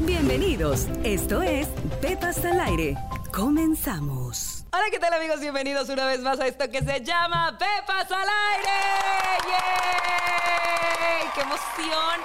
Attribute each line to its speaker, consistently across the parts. Speaker 1: Bienvenidos. Esto es Pepas al Aire. Comenzamos.
Speaker 2: Hola, ¿qué tal amigos? Bienvenidos una vez más a esto que se llama Pepas al Aire. ¡Yay! ¡Qué emoción!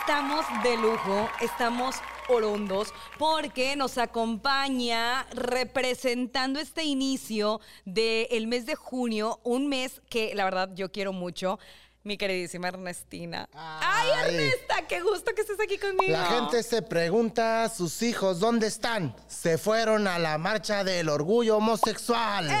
Speaker 2: Estamos de lujo, estamos orondos porque nos acompaña representando este inicio del mes de junio, un mes que la verdad yo quiero mucho. Mi queridísima Ernestina. Ay,
Speaker 3: Ay.
Speaker 2: Ernesta, qué gusto que estés aquí conmigo.
Speaker 3: La gente se pregunta a sus hijos dónde están. Se fueron a la marcha del orgullo homosexual.
Speaker 2: ¡Eh!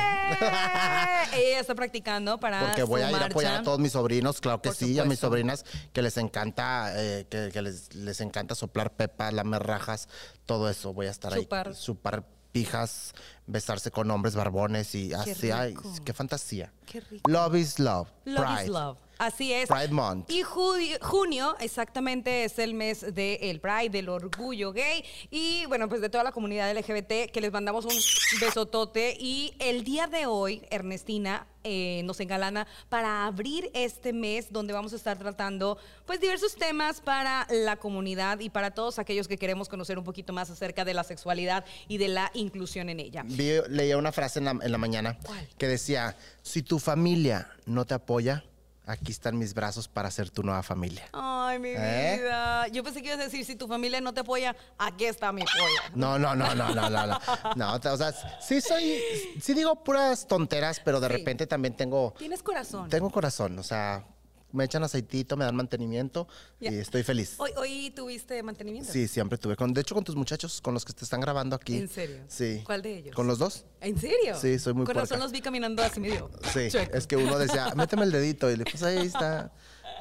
Speaker 2: Ella está practicando para
Speaker 3: Porque voy
Speaker 2: su
Speaker 3: a ir a apoyar
Speaker 2: marcha.
Speaker 3: a todos mis sobrinos, claro que
Speaker 2: Por
Speaker 3: sí, a mis
Speaker 2: supuesto.
Speaker 3: sobrinas que les encanta, eh, que, que les, les encanta soplar pepas, lamer rajas, todo eso. Voy a estar
Speaker 2: Chupar.
Speaker 3: ahí. Chupar pijas, besarse con hombres barbones y así. Ay,
Speaker 2: rico.
Speaker 3: qué fantasía.
Speaker 2: Qué rico.
Speaker 3: Love is love.
Speaker 2: Love
Speaker 3: Pride.
Speaker 2: is love. Así es.
Speaker 3: Pride Month.
Speaker 2: Y ju- junio exactamente es el mes del Pride, del orgullo gay. Y bueno, pues de toda la comunidad LGBT que les mandamos un besotote. Y el día de hoy, Ernestina eh, nos engalana para abrir este mes donde vamos a estar tratando pues diversos temas para la comunidad y para todos aquellos que queremos conocer un poquito más acerca de la sexualidad y de la inclusión en ella.
Speaker 3: Vi- leía una frase en la, en la mañana
Speaker 2: ¿Cuál?
Speaker 3: que decía, si tu familia no te apoya, aquí están mis brazos para ser tu nueva familia.
Speaker 2: Ay, mi
Speaker 3: ¿Eh?
Speaker 2: vida. Yo pensé que ibas a decir, si tu familia no te apoya, aquí está mi apoyo.
Speaker 3: No, no, no, no, no, no, no. No, o sea, sí soy, sí digo puras tonteras, pero de
Speaker 2: Sí.
Speaker 3: repente también tengo,
Speaker 2: Tienes corazón.
Speaker 3: tengo corazón, o sea, me echan aceitito, me dan mantenimiento
Speaker 2: Ya.
Speaker 3: y estoy feliz.
Speaker 2: Hoy, hoy tuviste mantenimiento.
Speaker 3: Sí, siempre tuve con, de hecho, con tus muchachos, con los que te están grabando aquí.
Speaker 2: ¿En serio?
Speaker 3: Sí.
Speaker 2: ¿Cuál de ellos?
Speaker 3: ¿Con los dos?
Speaker 2: ¿En serio?
Speaker 3: Sí, soy muy
Speaker 2: Con razón
Speaker 3: puerca.
Speaker 2: los vi caminando así medio.
Speaker 3: Sí,
Speaker 2: chuecos.
Speaker 3: es que uno decía, méteme el dedito y le pues ahí está.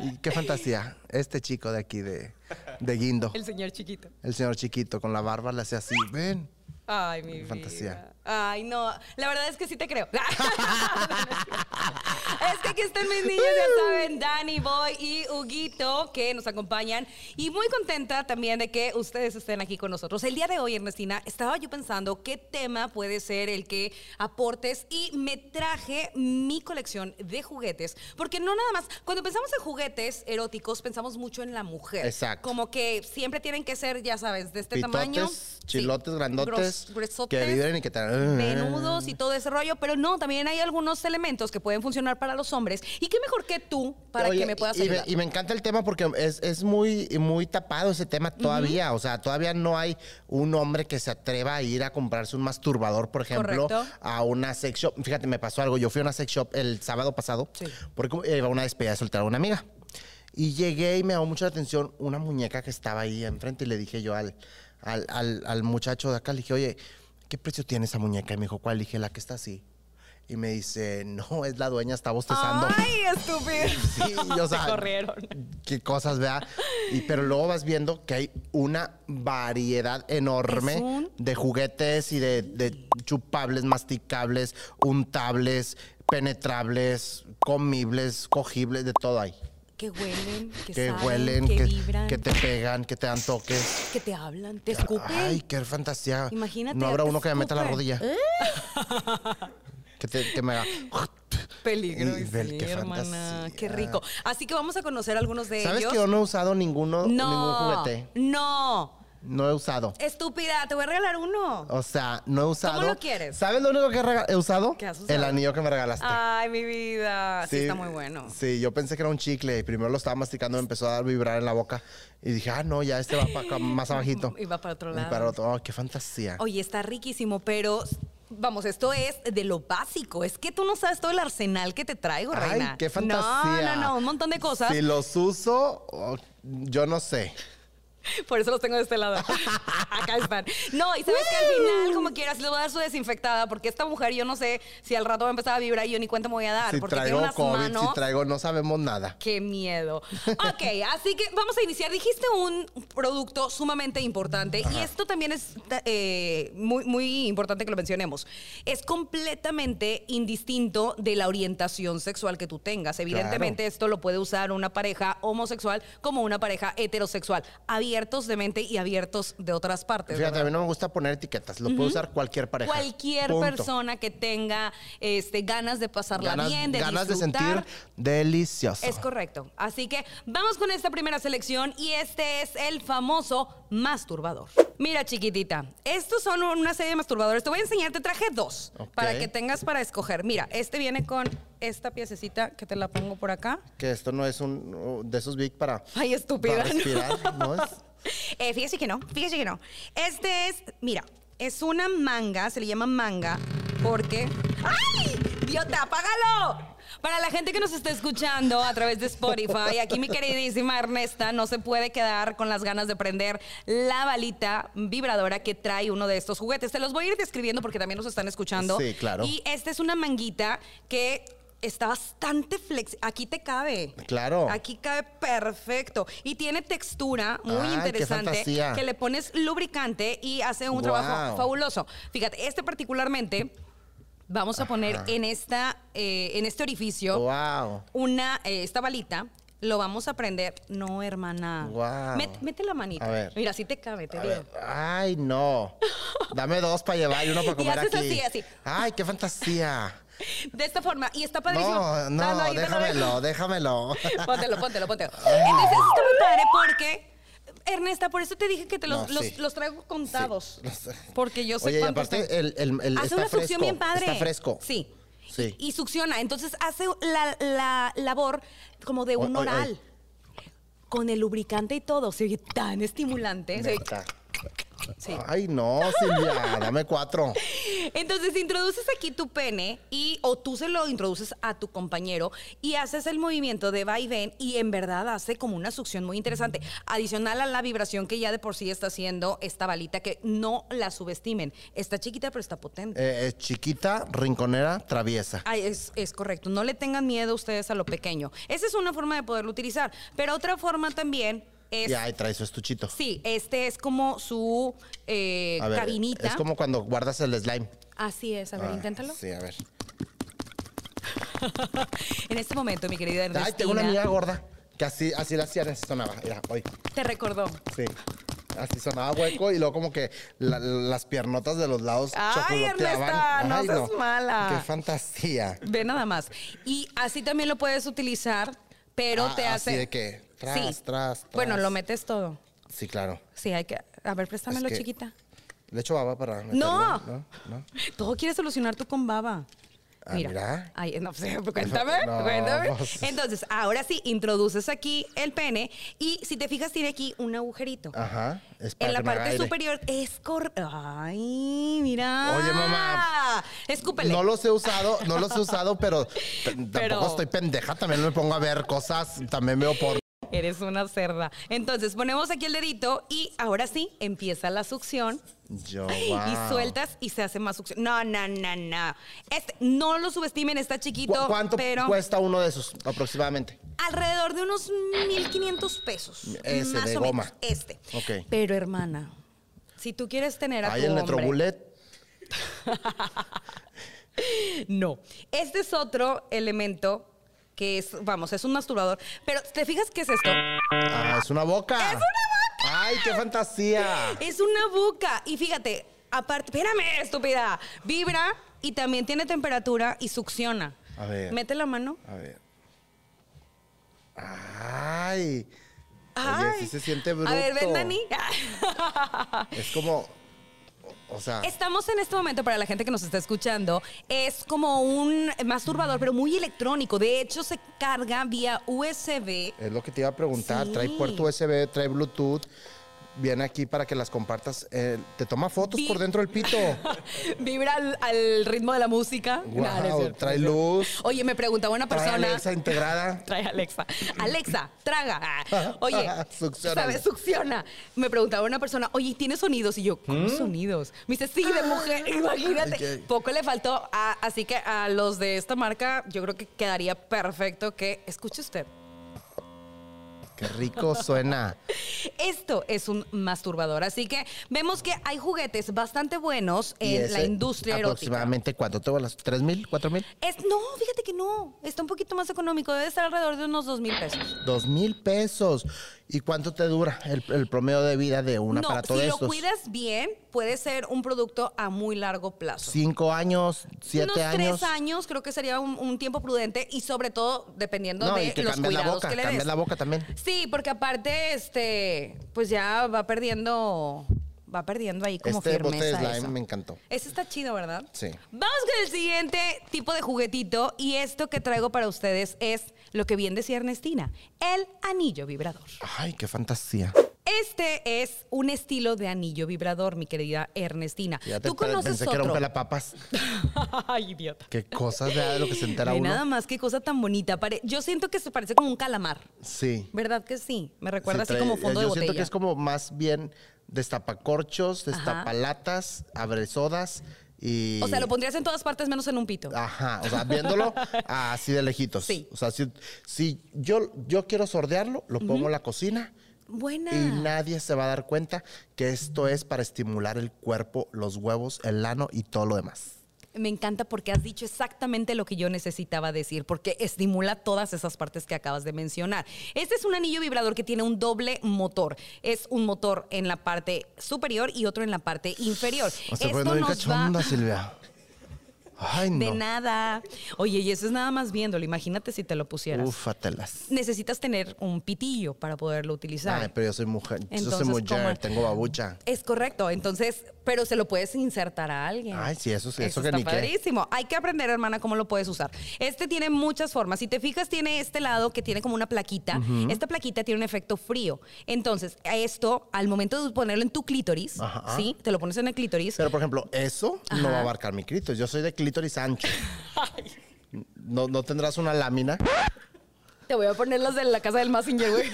Speaker 3: Y qué fantasía, este chico de aquí de, de Guindo,
Speaker 2: El señor chiquito.
Speaker 3: el señor chiquito con la barba le hacía así, ven.
Speaker 2: Ay, mi
Speaker 3: Fantasía.
Speaker 2: vida. Ay, no. La verdad es que sí te creo. es que aquí están mis niños, ya saben, Dani, Boy y Huguito, que nos acompañan. Y muy contenta también de que ustedes estén aquí con nosotros. El día de hoy, Ernestina, estaba yo pensando qué tema puede ser el que aportes y me traje mi colección de juguetes. Porque no nada más, cuando pensamos en juguetes eróticos, pensamos mucho en la mujer.
Speaker 3: Exacto.
Speaker 2: Como que siempre tienen que ser, ya sabes, de este tamaño.
Speaker 3: Pitotes, chilotes,
Speaker 2: Sí.
Speaker 3: grandotes,
Speaker 2: Gros- gruesotes,
Speaker 3: que vibren y que te...
Speaker 2: menudos y todo ese rollo, pero no, también hay algunos elementos que pueden funcionar para los hombres. ¿Y qué mejor que tú para
Speaker 3: Oye,
Speaker 2: que me puedas
Speaker 3: y
Speaker 2: ayudar?
Speaker 3: y me encanta el tema porque es, es muy, muy tapado ese tema todavía. O sea, todavía no hay un hombre que se atreva a ir a comprarse un masturbador, por ejemplo,
Speaker 2: Correcto.
Speaker 3: a una sex shop. Fíjate, me pasó algo. Yo fui a una sex shop el sábado pasado
Speaker 2: Sí.
Speaker 3: porque iba a una despedida de soltera de una amiga. Y llegué y me llamó mucho la atención una muñeca que estaba ahí enfrente y le dije yo al, al, al- al muchacho de acá, le dije, oye, ¿qué precio tiene esa muñeca? Y me dijo, ¿cuál? Le dije, la que está así. Y me dice, no, es la dueña, está bostezando.
Speaker 2: Ay, estúpido.
Speaker 3: Sí, y, o sea,
Speaker 2: Te corrieron.
Speaker 3: Qué cosas, ¿verdad? Y, pero luego vas viendo que hay una variedad enorme
Speaker 2: Es un-
Speaker 3: de juguetes y de, de chupables, masticables, untables, penetrables, comibles, cogibles, de todo hay.
Speaker 2: Que huelen, que,
Speaker 3: Que
Speaker 2: saben,
Speaker 3: huelen,
Speaker 2: que,
Speaker 3: que,
Speaker 2: vibran,
Speaker 3: que te pegan, que te dan toques.
Speaker 2: que te hablan, te escupen.
Speaker 3: Ay, qué fantasía.
Speaker 2: Imagínate,
Speaker 3: No habrá
Speaker 2: te
Speaker 3: uno que me meta la
Speaker 2: escupen.
Speaker 3: rodilla. que, te, que me haga.
Speaker 2: Peligro,
Speaker 3: Y
Speaker 2: y
Speaker 3: ver
Speaker 2: sí,
Speaker 3: qué
Speaker 2: hermana. Qué
Speaker 3: fantasía.
Speaker 2: rico. Así que vamos a conocer algunos de
Speaker 3: ¿Sabes
Speaker 2: ellos.
Speaker 3: que yo no he usado ninguno, ningún
Speaker 2: no,
Speaker 3: juguete?
Speaker 2: no.
Speaker 3: No he usado.
Speaker 2: Estúpida, te voy a regalar uno.
Speaker 3: O sea, no he usado.
Speaker 2: lo quieres?
Speaker 3: ¿Sabes lo único que he rega- he usado?
Speaker 2: ¿Qué has usado?
Speaker 3: El anillo que me regalaste.
Speaker 2: Ay, mi vida. Sí, está muy bueno.
Speaker 3: Sí, yo pensé que era un chicle y primero lo estaba masticando me empezó a dar vibrar en la boca. Y dije, ah, no, ya este va para acá, más abajito.
Speaker 2: Y va para otro
Speaker 3: Y
Speaker 2: lado.
Speaker 3: para otro. Oh, qué fantasía.
Speaker 2: Oye, está riquísimo, pero vamos, esto es de lo básico. Es que tú no sabes todo el arsenal que te traigo, reina.
Speaker 3: Ay, qué
Speaker 2: No, no,
Speaker 3: fantasía.
Speaker 2: no, un montón de cosas.
Speaker 3: Si los uso, oh, yo no sé.
Speaker 2: Por eso los tengo de este lado. Acá están. No, y sabes que al final, como quieras, les voy a dar su desinfectada, porque esta mujer, yo no sé si al rato va a empezar a vibrar y yo ni cuenta me voy a dar,
Speaker 3: Si
Speaker 2: porque tiene
Speaker 3: traigo
Speaker 2: unas
Speaker 3: COVID,
Speaker 2: manos.
Speaker 3: si traigo, no sabemos nada.
Speaker 2: Qué miedo. Ok, así que vamos a iniciar. Dijiste un producto sumamente importante y esto también es eh, muy, muy importante que lo mencionemos. Es completamente indistinto de la orientación sexual que tú tengas. Evidentemente esto lo puede usar una pareja homosexual como una pareja heterosexual. Había abiertos de mente y abiertos de otras partes.
Speaker 3: Fíjate, a
Speaker 2: ¿verdad?
Speaker 3: mí no me gusta poner etiquetas, lo puede usar cualquier pareja.
Speaker 2: Cualquier
Speaker 3: Punto.
Speaker 2: persona que tenga este, ganas de pasarla
Speaker 3: ganas,
Speaker 2: bien, de
Speaker 3: ganas de
Speaker 2: disfrutar.
Speaker 3: sentir delicioso.
Speaker 2: Es correcto. Así que vamos con esta primera selección y este es el famoso masturbador. Mira, chiquitita, estos son una serie de masturbadores. Te voy a enseñar, te traje dos
Speaker 3: Ok.
Speaker 2: para que tengas para escoger. Mira, este viene con esta piececita que te la pongo por acá.
Speaker 3: que esto no es un de esos big para
Speaker 2: Ay, estúpida.
Speaker 3: para respirar, ¿no? es?
Speaker 2: Eh, fíjese que no, fíjese que no. Este es, mira, es una manga, se le llama manga porque... ¡Ay! ¡Idiota, apágalo! Para la gente que nos está escuchando a través de Spotify, aquí mi queridísima Ernesta no se puede quedar con las ganas de prender la balita vibradora que trae uno de estos juguetes. Te los voy a ir describiendo porque también nos están escuchando.
Speaker 3: Sí, claro.
Speaker 2: Y esta es una manguita que está bastante flex. Aquí te cabe.
Speaker 3: Claro.
Speaker 2: Aquí cabe perfecto. Y tiene textura muy
Speaker 3: Ay, qué
Speaker 2: interesante.
Speaker 3: fantasía.
Speaker 2: Que le pones lubricante y hace un
Speaker 3: Wow.
Speaker 2: trabajo fabuloso. Fíjate, este particularmente vamos a poner
Speaker 3: Ajá.
Speaker 2: en, esta, eh, en este orificio
Speaker 3: Wow.
Speaker 2: una, eh, esta balita. Lo vamos a prender. No, hermana.
Speaker 3: Wow.
Speaker 2: Met- mete la manita.
Speaker 3: A ver.
Speaker 2: Mira, así te cabe, te
Speaker 3: A
Speaker 2: digo.
Speaker 3: ver, ay, no. Dame dos para llevar y uno para
Speaker 2: Y
Speaker 3: comer
Speaker 2: haces
Speaker 3: aquí.
Speaker 2: así, así.
Speaker 3: Ay, qué fantasía.
Speaker 2: De esta forma. Y está padrísimo.
Speaker 3: No, no,
Speaker 2: Dalo ahí, dalo ahí.
Speaker 3: déjamelo, déjamelo.
Speaker 2: Póntelo, póntelo, póntelo.
Speaker 3: Ah.
Speaker 2: Entonces, eso está muy padre porque. Ernesta, por eso te dije que te los,
Speaker 3: No,
Speaker 2: los-
Speaker 3: sí.
Speaker 2: los traigo contados.
Speaker 3: Sí.
Speaker 2: Porque yo sé
Speaker 3: Oye, y
Speaker 2: cuánto
Speaker 3: aparte
Speaker 2: están.
Speaker 3: el- el- el-
Speaker 2: Hace
Speaker 3: está
Speaker 2: una succión
Speaker 3: fresco,
Speaker 2: bien padre.
Speaker 3: está fresco.
Speaker 2: Sí.
Speaker 3: Sí.
Speaker 2: Y, y succiona. Entonces hace la, la labor como de
Speaker 3: Oy,
Speaker 2: un
Speaker 3: oy, oy.
Speaker 2: oral. Con el lubricante y todo. Se oye tan estimulante. Se oye-
Speaker 3: Neta.
Speaker 2: sí.
Speaker 3: Ay, no, Silvia, dame cuatro.
Speaker 2: Entonces introduces aquí tu pene y o tú se lo introduces a tu compañero y haces el movimiento de va y ven y en verdad hace como una succión muy interesante. Adicional a la vibración que ya de por sí está haciendo esta balita que no la subestimen. Está chiquita pero está potente.
Speaker 3: Eh, eh, chiquita, rinconera, traviesa.
Speaker 2: Ay, es, es correcto, no le tengan miedo ustedes a lo pequeño. Esa es una forma de poderlo utilizar, pero otra forma también es...
Speaker 3: Y ahí trae su estuchito.
Speaker 2: Sí, este es como su eh,
Speaker 3: A ver,
Speaker 2: cabinita.
Speaker 3: Es como cuando guardas el slime.
Speaker 2: Así es, a ver,
Speaker 3: Ah,
Speaker 2: inténtalo.
Speaker 3: Sí, a ver.
Speaker 2: En este momento, mi querida Ernestina.
Speaker 3: Ay, tengo una amiga gorda que así, así la hacía, así sonaba. Mira, hoy.
Speaker 2: Te recordó.
Speaker 3: Sí. Así sonaba hueco y luego como que la- las piernotas de los lados
Speaker 2: Ay,
Speaker 3: chocoloteaban.
Speaker 2: Ernesta, no seas mala.
Speaker 3: Qué fantasía.
Speaker 2: Ve nada más. Y así también lo puedes utilizar, pero
Speaker 3: Ah,
Speaker 2: te hace.
Speaker 3: así de que, tras, tras, tras.
Speaker 2: Bueno, lo metes todo.
Speaker 3: Sí, claro.
Speaker 2: Sí, hay que. A ver, préstamelo,
Speaker 3: Es que-
Speaker 2: chiquita.
Speaker 3: Le echo baba para meterlo,
Speaker 2: ¡No!
Speaker 3: ¿No? ¿No?
Speaker 2: Todo quieres solucionar tú con baba.
Speaker 3: Ah, mira.
Speaker 2: Ay, no, pues, cuéntame,
Speaker 3: No,
Speaker 2: cuéntame.
Speaker 3: pues.
Speaker 2: Entonces, ahora sí, introduces aquí el pene y si te fijas, tiene aquí un agujerito.
Speaker 3: Ajá. es Ah, para
Speaker 2: En la
Speaker 3: que me haga
Speaker 2: parte
Speaker 3: aire.
Speaker 2: superior es cor... Ay, mira.
Speaker 3: Oye, mamá.
Speaker 2: Escúpele.
Speaker 3: No los he usado, no los he usado, pero t- tampoco
Speaker 2: Pero-
Speaker 3: estoy pendeja. También me pongo a ver cosas, también veo por.
Speaker 2: Eres una cerda. Entonces ponemos aquí el dedito y ahora sí empieza la succión.
Speaker 3: Yo,
Speaker 2: Y
Speaker 3: wow.
Speaker 2: sueltas y se hace más succión. No, no, no, no. Este, no lo subestimen, está
Speaker 3: ¿Cu-
Speaker 2: chiquito.
Speaker 3: ¿Cuánto
Speaker 2: pero
Speaker 3: cuesta uno de esos aproximadamente?
Speaker 2: Alrededor de unos 1500 pesos.
Speaker 3: Ese
Speaker 2: más
Speaker 3: de
Speaker 2: o
Speaker 3: goma.
Speaker 2: menos. Este.
Speaker 3: Ok.
Speaker 2: Pero hermana, si tú quieres tener a
Speaker 3: Ahí
Speaker 2: tu
Speaker 3: el
Speaker 2: hombre-
Speaker 3: Metrobullet.
Speaker 2: No. Este es otro elemento que es, vamos, es un masturbador. Pero, ¿te fijas qué es esto?
Speaker 3: Ah, es una boca. ¡Es una boca! ¡Ay, qué fantasía!
Speaker 2: Es una boca. Y fíjate, aparte, espérame, estúpida. Vibra y también tiene temperatura y succiona.
Speaker 3: A ver.
Speaker 2: Mete la mano.
Speaker 3: A ver. ¡Ay!
Speaker 2: Ay.
Speaker 3: Oye, sí se siente
Speaker 2: A ver, ven,
Speaker 3: bruto.
Speaker 2: Dani.
Speaker 3: Es como. o- O sea.
Speaker 2: Estamos en este momento, para la gente que nos está escuchando, es como un masturbador, pero muy electrónico. De hecho, se carga vía USB.
Speaker 3: Es lo que te iba a preguntar.
Speaker 2: Sí.
Speaker 3: Trae puerto USB, trae Bluetooth. Viene aquí para que las compartas. Eh, te toma fotos
Speaker 2: Vi-
Speaker 3: por dentro del pito.
Speaker 2: Vibra al, al ritmo de la música.
Speaker 3: Wow,
Speaker 2: No, no es cierto.
Speaker 3: trae luz.
Speaker 2: Oye, me preguntaba una
Speaker 3: Trae
Speaker 2: persona.
Speaker 3: Alexa integrada.
Speaker 2: Trae Alexa. Alexa, traga. Ah, Oye,
Speaker 3: Succiona.
Speaker 2: ¿sabes? Succiona. Me preguntaba una persona, oye, ¿tiene sonidos? Y yo, ¿cómo sonidos? Me dice, sí, de mujer, imagínate.
Speaker 3: ¿Mm? Ok.
Speaker 2: Poco le faltó, a- así que a los de esta marca, yo creo que quedaría perfecto que escuche usted.
Speaker 3: Qué rico suena.
Speaker 2: Esto es un masturbador, así que vemos que hay juguetes bastante buenos en la
Speaker 3: ese
Speaker 2: industria erótica.
Speaker 3: Aproximadamente cuánto te las tres mil, cuatro mil,
Speaker 2: Es, no, fíjate que no. Está un poquito más económico. Debe estar alrededor de unos dos mil pesos.
Speaker 3: dos mil pesos. ¿Y cuánto te dura el, el promedio de vida de un
Speaker 2: no,
Speaker 3: aparato
Speaker 2: si
Speaker 3: de
Speaker 2: lo
Speaker 3: estos?
Speaker 2: cuidas bien, puede ser un producto a muy largo plazo.
Speaker 3: ¿Cinco años? ¿Siete
Speaker 2: Unos
Speaker 3: años?
Speaker 2: tres años creo que sería un, un tiempo prudente y sobre todo dependiendo
Speaker 3: No,
Speaker 2: de
Speaker 3: y que
Speaker 2: los
Speaker 3: cambies
Speaker 2: cuidados
Speaker 3: la boca,
Speaker 2: que le
Speaker 3: cambies
Speaker 2: des.
Speaker 3: la boca también.
Speaker 2: Sí, porque aparte, este, pues ya va perdiendo, va perdiendo ahí como
Speaker 3: Este bote de
Speaker 2: firmeza.
Speaker 3: slime
Speaker 2: eso.
Speaker 3: me encantó.
Speaker 2: Ese está chido, ¿verdad?
Speaker 3: Sí.
Speaker 2: Vamos con el siguiente tipo de juguetito y esto que traigo para ustedes es lo que bien decía Ernestina, el anillo vibrador.
Speaker 3: Ay, qué fantasía.
Speaker 2: Este es un estilo de anillo vibrador, mi querida Ernestina.
Speaker 3: Ya
Speaker 2: Tú conoces
Speaker 3: pensé que era un
Speaker 2: otro.
Speaker 3: pelapapas.
Speaker 2: Ay, idiota.
Speaker 3: Qué cosas ¿verdad? de lo que se entera
Speaker 2: Ve
Speaker 3: uno.
Speaker 2: nada más, qué cosa tan bonita. Pare- Yo siento que se parece como un calamar.
Speaker 3: Sí.
Speaker 2: ¿Verdad que sí? Me recuerda así
Speaker 3: Sí, trae-
Speaker 2: como fondo de
Speaker 3: eh, Yo
Speaker 2: botella.
Speaker 3: siento que es como más bien destapacorchos, destapalatas, abresodas y... Ah,
Speaker 2: O sea, lo pondrías en todas partes menos en un pito.
Speaker 3: Ajá, o sea, viéndolo así de lejitos.
Speaker 2: Sí.
Speaker 3: O sea, si, si yo, yo quiero sordearlo, lo pongo en la cocina
Speaker 2: Buena.
Speaker 3: y nadie se va a dar cuenta que esto es para estimular el cuerpo, los huevos, el ano y todo lo demás.
Speaker 2: Me encanta porque has dicho exactamente lo que yo necesitaba decir, porque estimula todas esas partes que acabas de mencionar. Este es un anillo vibrador que tiene un doble motor. Es un motor en la parte superior y otro en la parte inferior. Esto nos va...
Speaker 3: Silvia. Ay,
Speaker 2: De
Speaker 3: no.
Speaker 2: nada. Oye, y eso es nada más viéndolo. Imagínate si te lo pusieras.
Speaker 3: Ufatelas.
Speaker 2: Necesitas tener un pitillo para poderlo utilizar.
Speaker 3: Ay, pero yo soy mujer. yo soy
Speaker 2: Entonces,
Speaker 3: mujer,
Speaker 2: ¿cómo?
Speaker 3: tengo babucha.
Speaker 2: Es correcto, entonces, pero se lo puedes insertar a alguien.
Speaker 3: Ay, sí, eso sí, eso que
Speaker 2: está
Speaker 3: ni qué.
Speaker 2: padrísimo. Hay que aprender, hermana, cómo lo puedes usar. Este tiene muchas formas. Si te fijas, tiene este lado que tiene como una plaquita. Esta plaquita tiene un efecto frío. Entonces, a esto, al momento de ponerlo en tu clítoris,
Speaker 3: Ajá.
Speaker 2: ¿sí? Te lo pones en el clítoris.
Speaker 3: Pero, por ejemplo, eso no va a
Speaker 2: Ajá.
Speaker 3: abarcar mi clítoris. Yo soy de clítoris ancho. No, no tendrás una lámina.
Speaker 2: Te voy a poner las de la casa del Massinger, güey.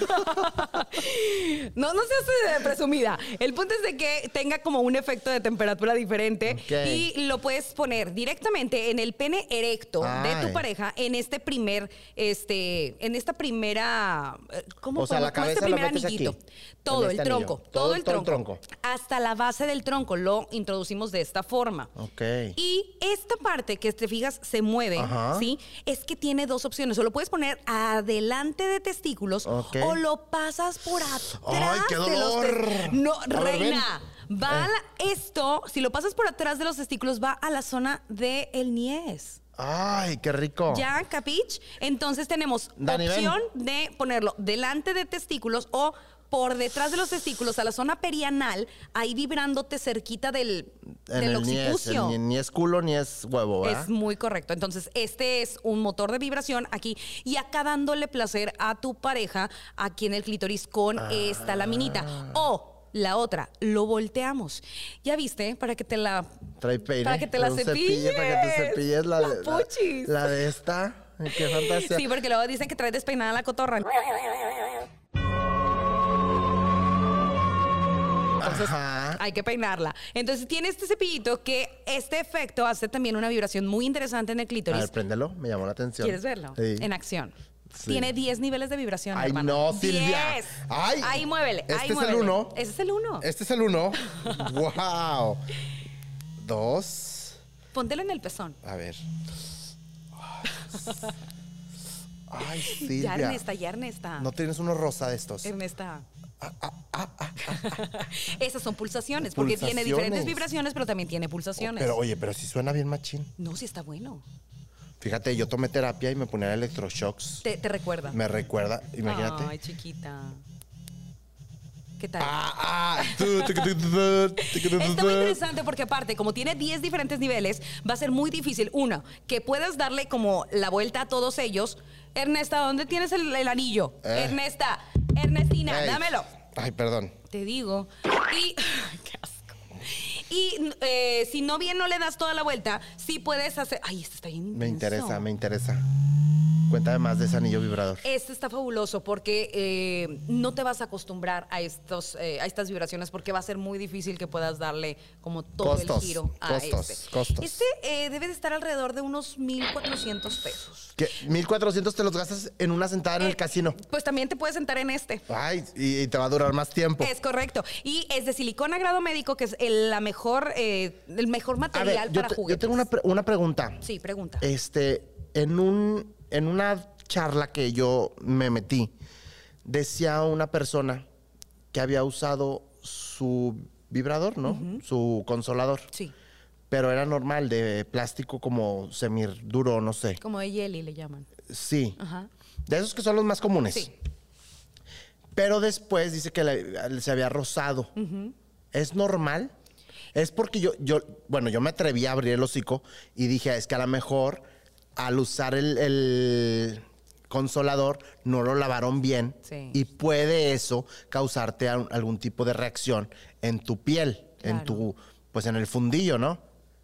Speaker 2: no, no seas eh, presumida. El punto es de que tenga como un efecto de temperatura diferente
Speaker 3: Ok.
Speaker 2: y lo puedes poner directamente en el pene erecto de
Speaker 3: Ay.
Speaker 2: tu pareja en este primer, este, en esta primera, eh, ¿cómo
Speaker 3: O sea, la
Speaker 2: podemos- como este
Speaker 3: cabeza lo
Speaker 2: primer
Speaker 3: metes
Speaker 2: anillito.
Speaker 3: aquí,
Speaker 2: Todo
Speaker 3: en
Speaker 2: el
Speaker 3: este anillo.
Speaker 2: tronco, todo, el tronco,
Speaker 3: tronco.
Speaker 2: Hasta la base del tronco lo introducimos de esta forma.
Speaker 3: Ok.
Speaker 2: Y esta parte que te fijas se mueve,
Speaker 3: Ajá.
Speaker 2: ¿sí? Es que tiene dos opciones. O lo puedes poner adelante de testículos
Speaker 3: Ok.
Speaker 2: o lo pasas por atrás.
Speaker 3: ¡Ay, qué
Speaker 2: de los
Speaker 3: dolor!
Speaker 2: tes- No,
Speaker 3: A ver,
Speaker 2: reina.
Speaker 3: ven.
Speaker 2: Va a
Speaker 3: Eh.
Speaker 2: la- esto, si lo pasas por atrás de los testículos, va a la zona del el niés.
Speaker 3: Ay, qué rico.
Speaker 2: ¿Ya, capich? Entonces tenemos
Speaker 3: Oh. Dani, ven.
Speaker 2: opción de ponerlo delante de testículos o por detrás de los testículos, a la zona perianal, ahí vibrándote cerquita del,
Speaker 3: En
Speaker 2: del
Speaker 3: el ni es,
Speaker 2: occipucio.
Speaker 3: el ni, ni es culo ni es huevo, ¿verdad?
Speaker 2: Es muy correcto. Entonces, este es un motor de vibración aquí y acá dándole placer a tu pareja aquí en el clítoris con
Speaker 3: Ah.
Speaker 2: esta laminita. O la otra, lo volteamos. ¿Ya viste? Para que te la...
Speaker 3: Trae peine.
Speaker 2: Para que te la
Speaker 3: un cepillo, para que te
Speaker 2: cepilles.
Speaker 3: cepilles la,
Speaker 2: La
Speaker 3: de-
Speaker 2: puchis.
Speaker 3: la de esta. Ay, Qué fantasía.
Speaker 2: Sí, porque luego dicen que trae despeinada la cotorra.
Speaker 3: Ajá.
Speaker 2: Hay que peinarla. Entonces tiene este cepillito que este efecto hace también una vibración muy interesante en el
Speaker 3: A
Speaker 2: clítoris.
Speaker 3: ver, préndelo. Me llamó la atención.
Speaker 2: ¿Quieres verlo?
Speaker 3: Sí.
Speaker 2: En acción.
Speaker 3: Sí.
Speaker 2: Tiene 10 niveles de vibración.
Speaker 3: Ay,
Speaker 2: hermana.
Speaker 3: no, Silvia.
Speaker 2: 10.
Speaker 3: Ay.
Speaker 2: Ahí muévele.
Speaker 3: Este
Speaker 2: ahí
Speaker 3: es el
Speaker 2: muévele.
Speaker 3: uno.
Speaker 2: Ese es el uno.
Speaker 3: Este es el uno. wow. Dos.
Speaker 2: Póntelo en el pezón.
Speaker 3: A ver. Ay,
Speaker 2: Ya,
Speaker 3: Silvia.
Speaker 2: Ernesta, ya, Ernesta.
Speaker 3: No Ah, tienes uno rosa de estos.
Speaker 2: Ernesta. Esas son pulsaciones, porque tiene diferentes
Speaker 3: ah. Pulsaciones.
Speaker 2: vibraciones, pero también tiene pulsaciones.
Speaker 3: Pero oye, pero si suena bien machín.
Speaker 2: no, sí está bueno.
Speaker 3: Fíjate, yo tomé terapia y me ponía electroshocks.
Speaker 2: Te, te recuerda.
Speaker 3: Me recuerda, imagínate.
Speaker 2: Ay, chiquita. ¿Qué tal?
Speaker 3: Ah, ah.
Speaker 2: Está muy interesante porque aparte, como tiene 10 diferentes niveles, va a ser muy difícil, una, que puedas darle como la vuelta a todos ellos. Ernesta, ¿dónde tienes el, el anillo?
Speaker 3: Eh.
Speaker 2: Ernesta, Ernestina,
Speaker 3: Ey.
Speaker 2: dámelo.
Speaker 3: Ay, perdón.
Speaker 2: Te digo. Y. ¡Qué asco! Y eh, si no bien no le das toda la vuelta, sí puedes hacer. Ay, este está bien.
Speaker 3: Me
Speaker 2: intenso.
Speaker 3: interesa, me interesa. Cuéntame más de ese anillo vibrador.
Speaker 2: Este está fabuloso porque eh, no te vas a acostumbrar a, estos, eh, a estas vibraciones porque va a ser muy difícil que puedas darle como todo
Speaker 3: Costos,
Speaker 2: el giro a
Speaker 3: costos,
Speaker 2: este.
Speaker 3: costos.
Speaker 2: Este eh, debe de estar alrededor de unos 1.400 pesos.
Speaker 3: ¿Qué? 1400 te los gastas en una sentada en el
Speaker 2: Eh,
Speaker 3: casino.
Speaker 2: Pues también te puedes sentar en este.
Speaker 3: Ay, y, y te va a durar más tiempo.
Speaker 2: Es correcto. Y es de silicona grado médico, que es el, la mejor, eh, el mejor
Speaker 3: a
Speaker 2: material
Speaker 3: ver, yo,
Speaker 2: para
Speaker 3: te- yo
Speaker 2: juguetes.
Speaker 3: tengo una, Eh. pre- una pregunta.
Speaker 2: Sí, pregunta.
Speaker 3: Este, en un en una charla que yo me metí, Decía una persona que había usado su vibrador, ¿no? Su consolador.
Speaker 2: Sí.
Speaker 3: Pero era normal, de plástico como semiduro, no sé.
Speaker 2: Como de Yeli le llaman.
Speaker 3: Sí.
Speaker 2: Ajá.
Speaker 3: De esos que son los más comunes.
Speaker 2: Sí.
Speaker 3: Pero después dice que le- se había rozado. ¿Es normal? Es porque yo, yo, bueno, yo me atreví a abrir el hocico y dije, "Ah, es que a lo mejor al usar el, el consolador no lo lavaron bien
Speaker 2: Sí.
Speaker 3: y puede eso causarte al- algún tipo de reacción en tu piel, en
Speaker 2: Claro.
Speaker 3: tu, pues en el fundillo, ¿no?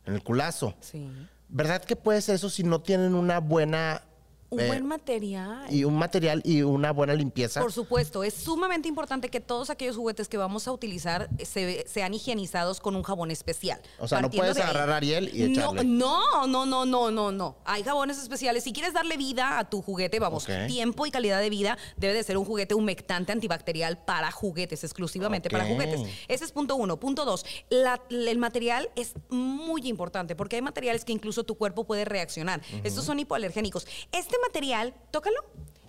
Speaker 3: En el culazo.
Speaker 2: Sí.
Speaker 3: ¿Verdad que puede ser eso si no tienen una buena...
Speaker 2: Un
Speaker 3: eh,
Speaker 2: buen material.
Speaker 3: y un material y una buena limpieza.
Speaker 2: Por supuesto, es sumamente importante que todos aquellos juguetes que vamos a utilizar se, sean higienizados con un jabón especial.
Speaker 3: O sea, no puedes
Speaker 2: de ahí.
Speaker 3: agarrar a Ariel y echarle.
Speaker 2: No, no, no, no, no, no. Hay jabones especiales. Si quieres darle vida a tu juguete, vamos,
Speaker 3: Ok.
Speaker 2: tiempo y calidad de vida debe de ser un juguete humectante antibacterial para juguetes, exclusivamente para
Speaker 3: Ok.
Speaker 2: juguetes. Ese es punto uno. Punto dos, la- el material es muy importante porque hay materiales que incluso tu cuerpo puede reaccionar. Estos son hipoalergénicos. Este material, tócalo.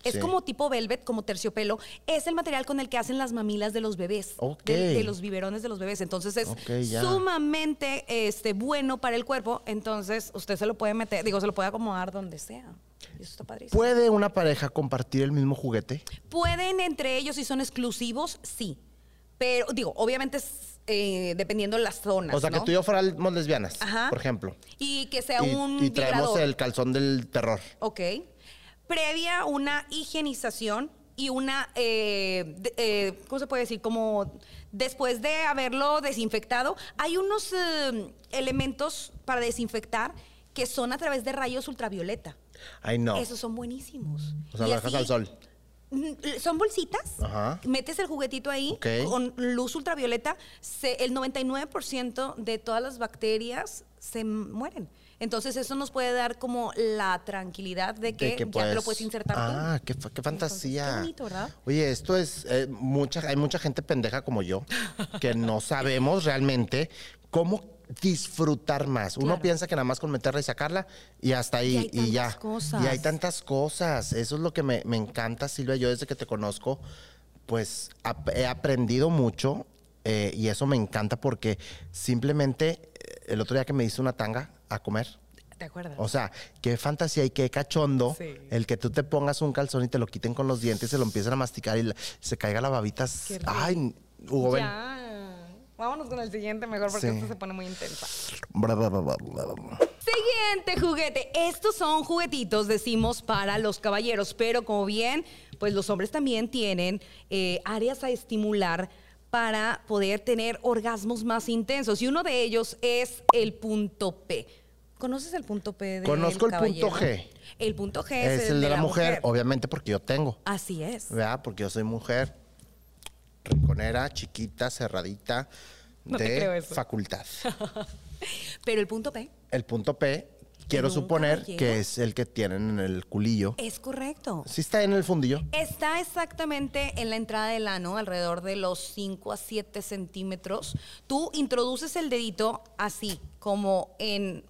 Speaker 2: Es
Speaker 3: Sí.
Speaker 2: como tipo velvet, como terciopelo. Es el material con el que hacen las mamilas de los bebés.
Speaker 3: Ok.
Speaker 2: De, de los biberones de los bebés. Entonces es
Speaker 3: Ok, ya.
Speaker 2: sumamente este, bueno para el cuerpo. Entonces usted se lo puede meter, digo, se lo puede acomodar donde sea. Y eso está padrísimo.
Speaker 3: ¿Puede una pareja compartir el mismo juguete?
Speaker 2: Pueden entre ellos, si son exclusivos, sí. Pero, digo, obviamente es, eh, dependiendo de las zonas.
Speaker 3: O sea,
Speaker 2: ¿no?
Speaker 3: que tú y yo fuéramos lesbianas,
Speaker 2: Ajá.
Speaker 3: por ejemplo.
Speaker 2: Y que sea
Speaker 3: y,
Speaker 2: un
Speaker 3: y traemos
Speaker 2: vibrador.
Speaker 3: el calzón del terror.
Speaker 2: Ok. Previa una higienización y una, eh, de- eh, ¿cómo se puede decir? Como después de haberlo desinfectado, hay unos eh, elementos para desinfectar que son a través de rayos ultravioleta.
Speaker 3: Ay, no.
Speaker 2: Esos son buenísimos.
Speaker 3: O sea,
Speaker 2: Y
Speaker 3: lo dejas
Speaker 2: así-
Speaker 3: al sol.
Speaker 2: Mm, Son bolsitas,
Speaker 3: Ajá.
Speaker 2: metes el juguetito ahí
Speaker 3: Ok.
Speaker 2: con luz ultravioleta, se- el 99% de todas las bacterias se mueren. Entonces eso nos puede dar como la tranquilidad de que,
Speaker 3: De que
Speaker 2: ya te
Speaker 3: puedes-
Speaker 2: lo puedes insertar tú.
Speaker 3: Ah, qué, fa- qué fantasía.
Speaker 2: qué bonito, ¿verdad?
Speaker 3: Oye, esto es eh, mucha, hay mucha gente pendeja como yo que no sabemos realmente cómo disfrutar más. Uno
Speaker 2: Claro.
Speaker 3: piensa que nada más con meterla y sacarla y hasta ahí
Speaker 2: Y hay
Speaker 3: y, ya.
Speaker 2: tantas cosas.
Speaker 3: Y hay tantas cosas. Eso es lo que me, me encanta, Silvia. Yo desde que te conozco, pues ap- he aprendido mucho eh, y eso me encanta porque simplemente eh, el otro día que me hice una tanga a comer.
Speaker 2: ¿Te acuerdas?
Speaker 3: O sea, qué fantasía y qué cachondo
Speaker 2: Sí.
Speaker 3: el que tú te pongas un calzón y te lo quiten con los dientes, se lo empiezan a masticar y la- se caiga la babita.
Speaker 2: Qué rico.
Speaker 3: Ay, Hugo, ven.
Speaker 2: ya. Vámonos con el siguiente mejor porque
Speaker 3: Sí.
Speaker 2: esto se pone muy intensa.
Speaker 3: Bla, bla, bla, bla, bla, bla.
Speaker 2: Siguiente juguete. Estos son juguetitos, decimos, para los caballeros, pero como bien, pues los hombres también tienen eh, áreas a estimular para poder tener orgasmos más intensos. Y uno de ellos es el punto P. ¿Conoces el punto P de
Speaker 3: Conozco el punto G.
Speaker 2: El punto G
Speaker 3: Es el de la mujer, obviamente porque yo tengo,
Speaker 2: Así es.
Speaker 3: ¿verdad? Porque yo soy mujer rinconera, chiquita, cerradita,
Speaker 2: No te creo
Speaker 3: de
Speaker 2: eso.
Speaker 3: facultad.
Speaker 2: Pero el punto P
Speaker 3: El punto P, quiero
Speaker 2: un
Speaker 3: suponer
Speaker 2: caballero?
Speaker 3: que es el que tienen en el culillo.
Speaker 2: es correcto.
Speaker 3: Sí está en el fundillo.
Speaker 2: Está exactamente en la entrada del ano, alrededor de los 5 a 7 centímetros. Tú introduces el dedito así, como en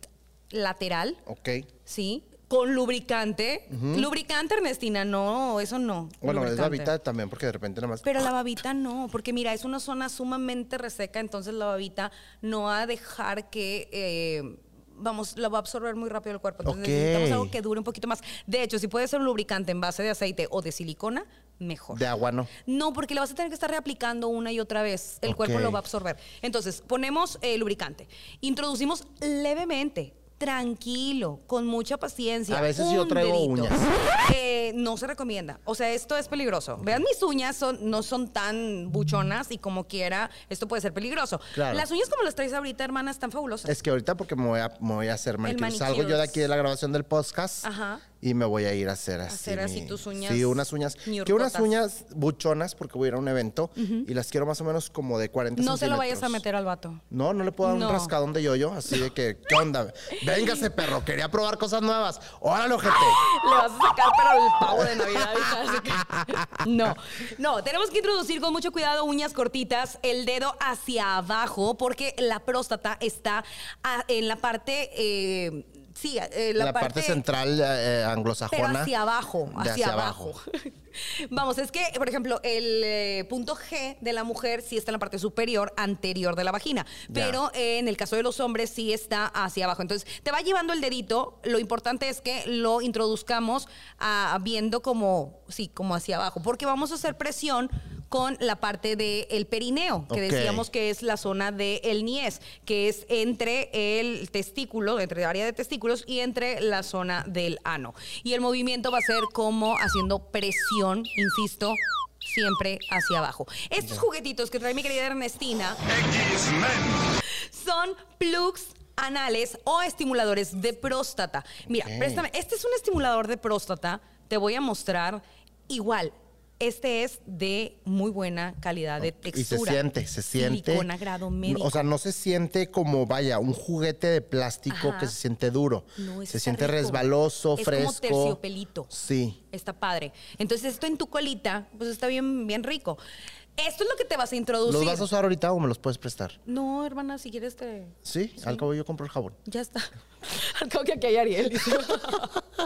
Speaker 2: lateral,
Speaker 3: Ok.
Speaker 2: ¿sí? Con lubricante. Lubricante, Ernestina, no, eso no.
Speaker 3: Bueno, es
Speaker 2: lubricante.
Speaker 3: babita también porque de repente nada más...
Speaker 2: Pero la babita no, porque mira, es una zona sumamente reseca, entonces la babita no va a dejar que... eh, Vamos, la va a absorber muy rápido el cuerpo. Entonces
Speaker 3: Ok.
Speaker 2: necesitamos algo que dure un poquito más. De hecho, si puede ser un lubricante en base de aceite o de silicona, mejor.
Speaker 3: De agua no.
Speaker 2: No, porque le vas a tener que estar reaplicando una y otra vez. El
Speaker 3: Ok.
Speaker 2: cuerpo lo va a absorber. Entonces, ponemos eh, lubricante. Introducimos levemente, tranquilo, con mucha paciencia.
Speaker 3: A veces
Speaker 2: un
Speaker 3: yo traigo
Speaker 2: dedito.
Speaker 3: uñas.
Speaker 2: Eh, no se recomienda. O sea, esto es peligroso. Vean, mis uñas son, no son tan buchonas y como quiera, esto puede ser peligroso.
Speaker 3: Claro.
Speaker 2: Las uñas como las traes ahorita, hermana, están fabulosas.
Speaker 3: Es que ahorita porque me voy a, me voy a hacer manicure. Salgo yo
Speaker 2: manicures.
Speaker 3: de aquí de la grabación del podcast
Speaker 2: Ajá.
Speaker 3: y me voy a ir a hacer así.
Speaker 2: Hacer así tus uñas
Speaker 3: Sí, unas uñas. Que unas
Speaker 2: ñurcotas.
Speaker 3: uñas buchonas porque voy a ir a un evento y las quiero más o menos como de 40
Speaker 2: no se lo vayas a
Speaker 3: centímetros.
Speaker 2: meter al vato.
Speaker 3: No, no le puedo dar
Speaker 2: No.
Speaker 3: un rascadón de yoyo, así de que, ¿qué onda? Véngase, perro, quería probar cosas nuevas. Órale, ojete.
Speaker 2: Le vas a sacar, pero el pavo de Navidad. hija, así que- No, no, tenemos que introducir con mucho cuidado uñas cortitas, el dedo hacia abajo, porque la próstata está a- en la parte. eh, sí, eh, la,
Speaker 3: La, parte, central eh, eh,
Speaker 2: Pero
Speaker 3: anglosajona.
Speaker 2: hacia abajo,
Speaker 3: de
Speaker 2: hacia,
Speaker 3: hacia
Speaker 2: abajo.
Speaker 3: abajo.
Speaker 2: Vamos, es que, por ejemplo, el eh, punto G de la mujer sí está en la parte superior, anterior de la vagina,
Speaker 3: Ya.
Speaker 2: pero eh, en el caso de los hombres sí está hacia abajo. Entonces, te va llevando el dedito, lo importante es que lo introduzcamos ah, viendo como, sí, como hacia abajo, porque vamos a hacer presión con la parte del perineo, que
Speaker 3: Ok.
Speaker 2: decíamos que es la zona del el niés, que es entre el testículo, entre el área de testículos y entre la zona del ano. Y el movimiento va a ser como haciendo presión, insisto, siempre hacia abajo. Estos juguetitos que trae mi querida Ernestina son plugs anales o estimuladores de próstata. Mira,
Speaker 3: Ok.
Speaker 2: préstame, este es un estimulador de próstata, te voy a mostrar igual. Este es de muy buena calidad de
Speaker 3: Y se
Speaker 2: textura.
Speaker 3: siente, se siente.
Speaker 2: Silicona grado médico.
Speaker 3: O sea, no se siente como, vaya, un juguete de plástico
Speaker 2: Ajá.
Speaker 3: que se siente duro.
Speaker 2: No, es que
Speaker 3: se
Speaker 2: está
Speaker 3: siente
Speaker 2: rico.
Speaker 3: resbaloso,
Speaker 2: Es como
Speaker 3: fresco.
Speaker 2: terciopelito.
Speaker 3: Sí.
Speaker 2: Está padre. Entonces, esto en tu colita, pues está bien, bien rico. Esto es lo que te vas a introducir.
Speaker 3: ¿Los vas a usar ahorita o me los puedes prestar?
Speaker 2: No, hermana, si quieres te.
Speaker 3: Sí, al cabo yo compro el jabón.
Speaker 2: Ya está. Creo que aquí hay Ariel.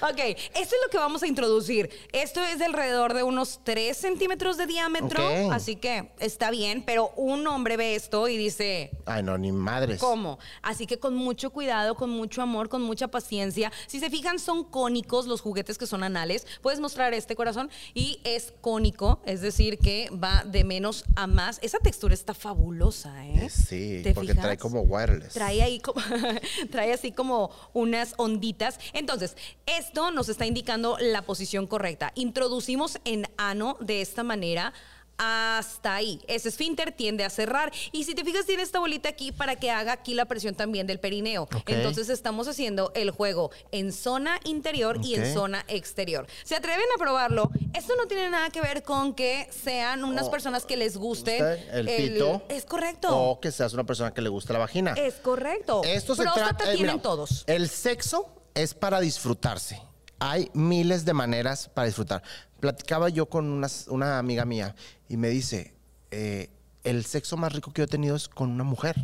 Speaker 2: ok, esto es lo que vamos a introducir. Esto es de alrededor de unos 3 centímetros de diámetro,
Speaker 3: Ok.
Speaker 2: así que está bien, pero un hombre ve esto y dice,
Speaker 3: Ay, no, ni madres.
Speaker 2: ¿Cómo? Así que con mucho cuidado, con mucho amor, con mucha paciencia. Si se fijan, son cónicos los juguetes que son anales. Puedes mostrar este corazón y es cónico, es decir, que va de menos a más. Esa textura está fabulosa, ¿eh?
Speaker 3: Eh, Sí,
Speaker 2: ¿Te
Speaker 3: porque
Speaker 2: fijas?
Speaker 3: trae como wireless.
Speaker 2: Trae ahí como, trae así como unas onditas. Entonces, esto nos está indicando la posición correcta. Introducimos en ano de esta manera hasta ahí. Ese esfínter tiende a cerrar. Y si te fijas, tiene esta bolita aquí para que haga aquí la presión también del perineo. Entonces estamos haciendo el juego en zona interior y en
Speaker 3: Ok.
Speaker 2: zona exterior. ¿Se atreven a probarlo? Esto no tiene nada que ver con que sean unas
Speaker 3: Oh,
Speaker 2: personas que les guste
Speaker 3: ¿Usted? El, pito. Oh,
Speaker 2: Es correcto.
Speaker 3: O que seas una persona que le gusta la vagina.
Speaker 2: Es correcto.
Speaker 3: Esto se
Speaker 2: Próstata
Speaker 3: trata. eh,
Speaker 2: tienen
Speaker 3: mira,
Speaker 2: todos.
Speaker 3: El sexo es para disfrutarse. Hay miles de maneras para disfrutar. Platicaba yo con unas- una amiga mía y me dice: eh, el sexo más rico que yo he tenido es con una mujer.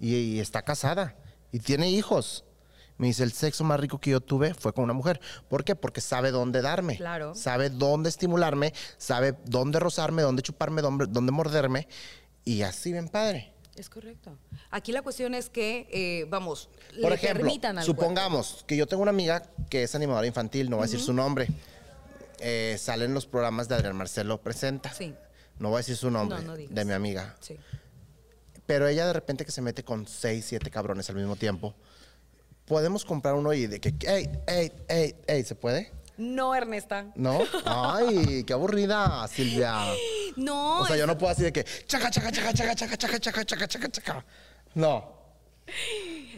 Speaker 3: y, y está casada y tiene hijos. Me dice, el sexo más rico que yo tuve fue con una mujer. ¿Por qué? Porque sabe dónde darme.
Speaker 2: Claro.
Speaker 3: Sabe dónde estimularme, sabe dónde rozarme, dónde chuparme, dónde, dónde morderme. Y así, bien padre.
Speaker 2: Es correcto. Aquí la cuestión es que, eh, vamos,
Speaker 3: Por
Speaker 2: le
Speaker 3: ejemplo,
Speaker 2: permitan al
Speaker 3: supongamos que yo tengo una amiga que es animadora infantil, no voy a decir su nombre. Eh, salen los programas de Adrián Marcelo Presenta.
Speaker 2: Sí.
Speaker 3: No voy a decir su nombre,
Speaker 2: no digas.
Speaker 3: de mi amiga.
Speaker 2: cuerpo. Sí.
Speaker 3: Pero ella de repente que se mete con seis, siete cabrones al mismo tiempo. Podemos comprar uno y de que, ey, ey, ey, ey, ¿se puede?
Speaker 2: No, Ernesta.
Speaker 3: ¿No? Ay, qué aburrida, Silvia.
Speaker 2: No.
Speaker 3: O sea,
Speaker 2: es-
Speaker 3: yo no puedo así de que, chaca, chaca, chaca, chaca, chaca, chaca, chaca, chaca, chaca, chaca. No.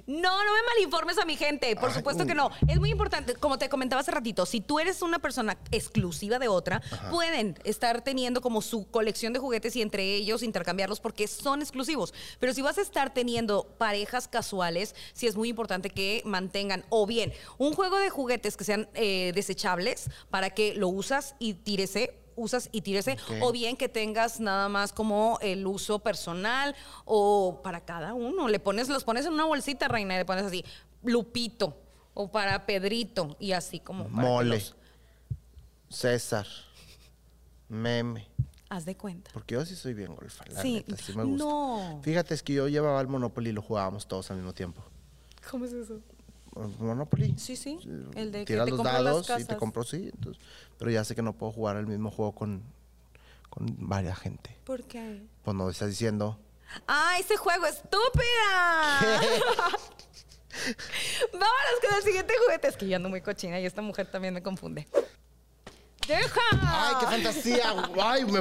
Speaker 2: No, no me malinformes a mi gente. Por
Speaker 3: Ay,
Speaker 2: supuesto que
Speaker 3: uy.
Speaker 2: no. Es muy importante, como te comentaba hace ratito, si tú eres una persona exclusiva de otra, pueden estar teniendo como su colección de juguetes y entre ellos intercambiarlos porque son exclusivos. Pero si vas a estar teniendo parejas casuales, sí es muy importante que mantengan o bien un juego de juguetes que sean eh, desechables para que lo usas y tírese usas y tírese
Speaker 3: Ok.
Speaker 2: o bien que tengas nada más como el uso personal o para cada uno le pones los pones en una bolsita reina y le pones así Lupito o para Pedrito y así como para que
Speaker 3: Mole.
Speaker 2: los-
Speaker 3: César. Meme.
Speaker 2: haz de cuenta
Speaker 3: Porque yo sí soy bien golfa, la
Speaker 2: Sí.
Speaker 3: neta, sí me gusta.
Speaker 2: No.
Speaker 3: Fíjate, es que yo llevaba al Monopoly y lo jugábamos todos al mismo tiempo.
Speaker 2: cómo es eso
Speaker 3: Monopoly.
Speaker 2: Sí, sí, el de que
Speaker 3: Tiras
Speaker 2: te
Speaker 3: los
Speaker 2: compras las
Speaker 3: dados y te
Speaker 2: casas.
Speaker 3: compro, sí. entonces, pero ya sé que no puedo jugar el mismo juego con, con varias gente.
Speaker 2: por qué
Speaker 3: Pues no estás diciendo.
Speaker 2: ah ese juego estúpida vámonos con el siguiente juguete es que yo ando muy cochina y esta mujer también me confunde deja
Speaker 3: ¡Ay, qué fantasía! ¡Ay, me,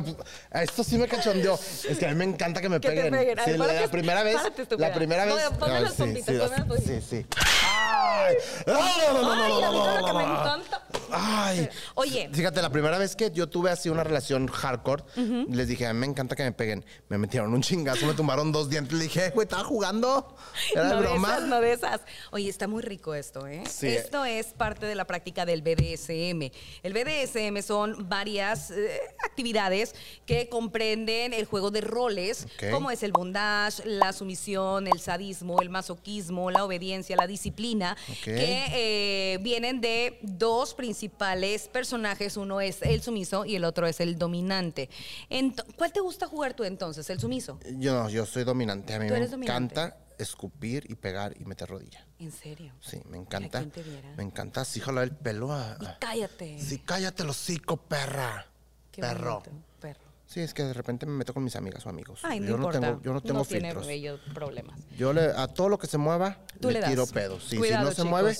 Speaker 3: esto sí me cachondeó! Es que a mí me encanta que me
Speaker 2: Que te
Speaker 3: peguen.
Speaker 2: peguen. Ay,
Speaker 3: Sí, la,
Speaker 2: párate,
Speaker 3: la primera vez.
Speaker 2: párate, estúpida.
Speaker 3: la primera
Speaker 2: No,
Speaker 3: vez.
Speaker 2: ponme
Speaker 3: ay,
Speaker 2: las pompitas,
Speaker 3: sí,
Speaker 2: ponme las pompitas.
Speaker 3: sí, sí. ¡Ay! ¡No, no, no, no,
Speaker 2: Ay, a
Speaker 3: no,
Speaker 2: mí
Speaker 3: no,
Speaker 2: es lo que
Speaker 3: no,
Speaker 2: me
Speaker 3: no, no.
Speaker 2: encanta.
Speaker 3: Ay.
Speaker 2: Oye.
Speaker 3: Fíjate, la primera vez que yo tuve así una relación hardcore, les dije, a mí me encanta que me peguen. Me metieron un chingazo, me tumbaron dos dientes. Le dije, güey, estaba jugando. Era
Speaker 2: no
Speaker 3: de
Speaker 2: De
Speaker 3: broma.
Speaker 2: esas, no de esas. Oye, está muy rico esto, ¿eh?
Speaker 3: Sí.
Speaker 2: Esto es parte de la práctica del BDSM. El BDSM son varias eh, actividades que comprenden el juego de roles,
Speaker 3: Ok.
Speaker 2: como es el bondage, la sumisión, el sadismo, el masoquismo, la obediencia, la disciplina,
Speaker 3: Ok.
Speaker 2: que eh, vienen de dos
Speaker 4: principales personajes. Uno es el sumiso y el otro es el dominante. Ento- ¿Cuál te gusta jugar tú entonces? ¿El sumiso?
Speaker 3: Yo no, yo soy dominante. A mí
Speaker 4: Tú
Speaker 3: me
Speaker 4: eres dominante.
Speaker 3: encanta escupir y pegar y meter rodilla.
Speaker 4: ¿En serio?
Speaker 3: Sí, me encanta.
Speaker 4: Ay, ¿quién te viera?
Speaker 3: Me encanta así jalar el pelo a.
Speaker 4: Y
Speaker 3: a-
Speaker 4: cállate.
Speaker 3: Sí, cállate el hocico, perra.
Speaker 4: Qué
Speaker 3: Perro.
Speaker 4: bonito, Perro.
Speaker 3: Sí, es que de repente me meto con mis amigas o amigos.
Speaker 4: Ay, no
Speaker 3: yo
Speaker 4: importa.
Speaker 3: no tengo, yo no tengo
Speaker 4: tiene
Speaker 3: filtros.
Speaker 4: ellos problemas.
Speaker 3: Yo le, a todo lo que se mueva,
Speaker 4: Tú le das.
Speaker 3: tiro pedos. Sí, si
Speaker 4: Cuidado,
Speaker 3: no se
Speaker 4: chicos.
Speaker 3: mueve,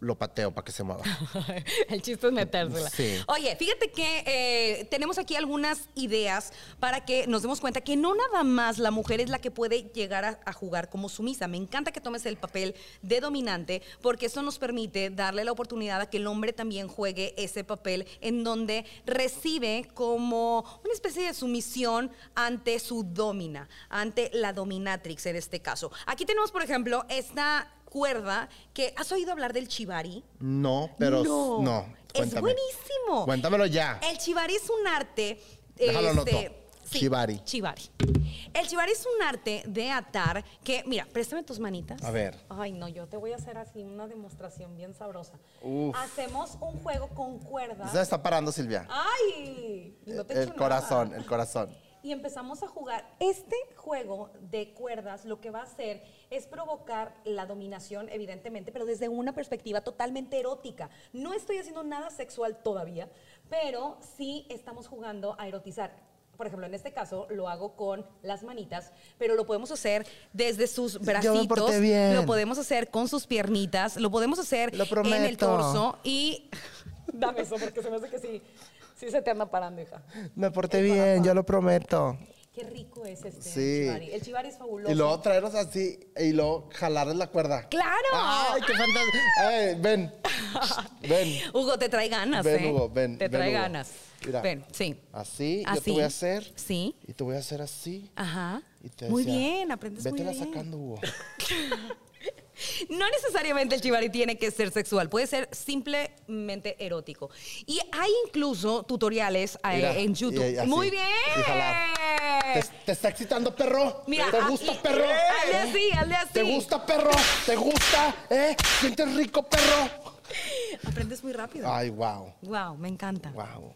Speaker 3: lo pateo para que se mueva.
Speaker 4: El chiste es metérsela.
Speaker 3: Sí.
Speaker 4: Oye, fíjate que eh, tenemos aquí algunas ideas para que nos demos cuenta que no nada más la mujer es la que puede llegar a, a jugar como sumisa. Me encanta que tomes el papel de dominante porque eso nos permite darle la oportunidad a que el hombre también juegue ese papel en donde recibe como una especie de sumisión ante su domina, ante la dominatrix en este caso. Aquí tenemos, por ejemplo, esta cuerda que has oído hablar del chivari.
Speaker 3: No, pero no.
Speaker 4: Es
Speaker 3: cuéntame.
Speaker 4: buenísimo. Este,
Speaker 3: Cuéntamelo ya.
Speaker 4: El chivari es un arte.
Speaker 3: Déjalo
Speaker 4: este,
Speaker 3: anoto. Chivari.
Speaker 4: chivari. El chivari es un arte de atar que, mira, préstame tus manitas.
Speaker 3: A ver.
Speaker 4: Ay, no, yo te voy a hacer así una demostración bien sabrosa.
Speaker 3: Uf.
Speaker 4: Hacemos un juego con cuerdas.
Speaker 3: Se está parando, Silvia.
Speaker 4: Ay, no Ah. te he
Speaker 3: el
Speaker 4: hecho nada.
Speaker 3: corazón, el corazón.
Speaker 4: Y empezamos a jugar. Este juego de cuerdas lo que va a hacer es provocar la dominación, evidentemente, pero desde una perspectiva totalmente erótica. No estoy haciendo nada sexual todavía, pero sí estamos jugando a erotizar. Por ejemplo, en este caso lo hago con las manitas, pero lo podemos hacer desde sus bracitos.
Speaker 3: porté bien.
Speaker 4: Lo podemos hacer con sus piernitas, lo podemos hacer
Speaker 3: Lo
Speaker 4: en el
Speaker 3: prometo.
Speaker 4: torso y. Dame eso, porque se me hace que sí. Sí se te anda parando, hija.
Speaker 3: Me porté bien, yo lo prometo.
Speaker 4: Qué rico es este
Speaker 3: Sí.
Speaker 4: chivari. El chivari es fabuloso.
Speaker 3: Y luego traernos así y luego jalarles la cuerda.
Speaker 4: ¡Claro!
Speaker 3: ¡Ay, qué fantástico! Ay, ven. Ven.
Speaker 4: Hugo, te trae ganas,
Speaker 3: Ven,
Speaker 4: ¿eh?
Speaker 3: Hugo, ven.
Speaker 4: Te
Speaker 3: ven,
Speaker 4: trae
Speaker 3: Hugo.
Speaker 4: ganas.
Speaker 3: Mira,
Speaker 4: Ven, sí.
Speaker 3: Así, yo te
Speaker 4: Así.
Speaker 3: voy a hacer.
Speaker 4: Sí.
Speaker 3: Y te voy a hacer así.
Speaker 4: Ajá.
Speaker 3: Y te
Speaker 4: muy
Speaker 3: decía,
Speaker 4: bien, aprendes muy
Speaker 3: "Vétela
Speaker 4: bien. Eh.
Speaker 3: sacando, Hugo.
Speaker 4: No necesariamente el chivari tiene que ser sexual, puede ser simplemente erótico. Y hay incluso tutoriales eh,
Speaker 3: Mira,
Speaker 4: en YouTube.
Speaker 3: y- y así,
Speaker 4: muy bien.
Speaker 3: y jalar. ¿Te, te está excitando, perro?
Speaker 4: Mira,
Speaker 3: ¿Te
Speaker 4: ah,
Speaker 3: gusta,
Speaker 4: y-
Speaker 3: perro?
Speaker 4: hazle así, hazle así.
Speaker 3: ¿Te gusta, perro? ¿Te gusta? ¿Eh? ¿Sientes rico, perro?
Speaker 4: Aprendes muy rápido.
Speaker 3: Ay, wow.
Speaker 4: Wow, me encanta.
Speaker 3: Wow.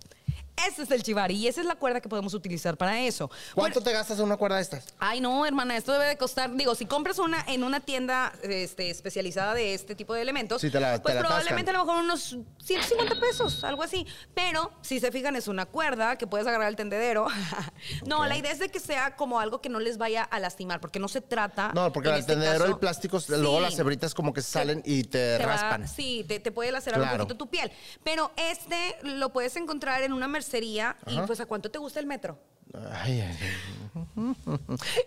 Speaker 4: Ese es el chivari y esa es la cuerda que podemos utilizar para eso.
Speaker 3: ¿Cuánto te gastas en una cuerda de estas?
Speaker 4: Ay, no, hermana, esto debe de costar. Digo, si compras una en una tienda este, especializada de este tipo de elementos,
Speaker 3: Sí, te la- te
Speaker 4: pues
Speaker 3: la atascan.
Speaker 4: probablemente a lo mejor unos 150 pesos, algo así. Pero si se fijan, es una cuerda que puedes agarrar al tendedero. no, la idea es de que sea como algo que no les vaya a lastimar, porque no se trata.
Speaker 3: No, porque
Speaker 4: en
Speaker 3: al
Speaker 4: este
Speaker 3: tendedero
Speaker 4: caso-
Speaker 3: el plástico, luego
Speaker 4: Sí.
Speaker 3: las hebritas como que salen y te,
Speaker 4: Te va-
Speaker 3: raspan.
Speaker 4: sí, te, te puede lacerar un
Speaker 3: Claro.
Speaker 4: poquito tu piel. Pero este lo puedes encontrar en una mercería y pues a cuánto te gusta el metro.
Speaker 3: Ay, ay, ay.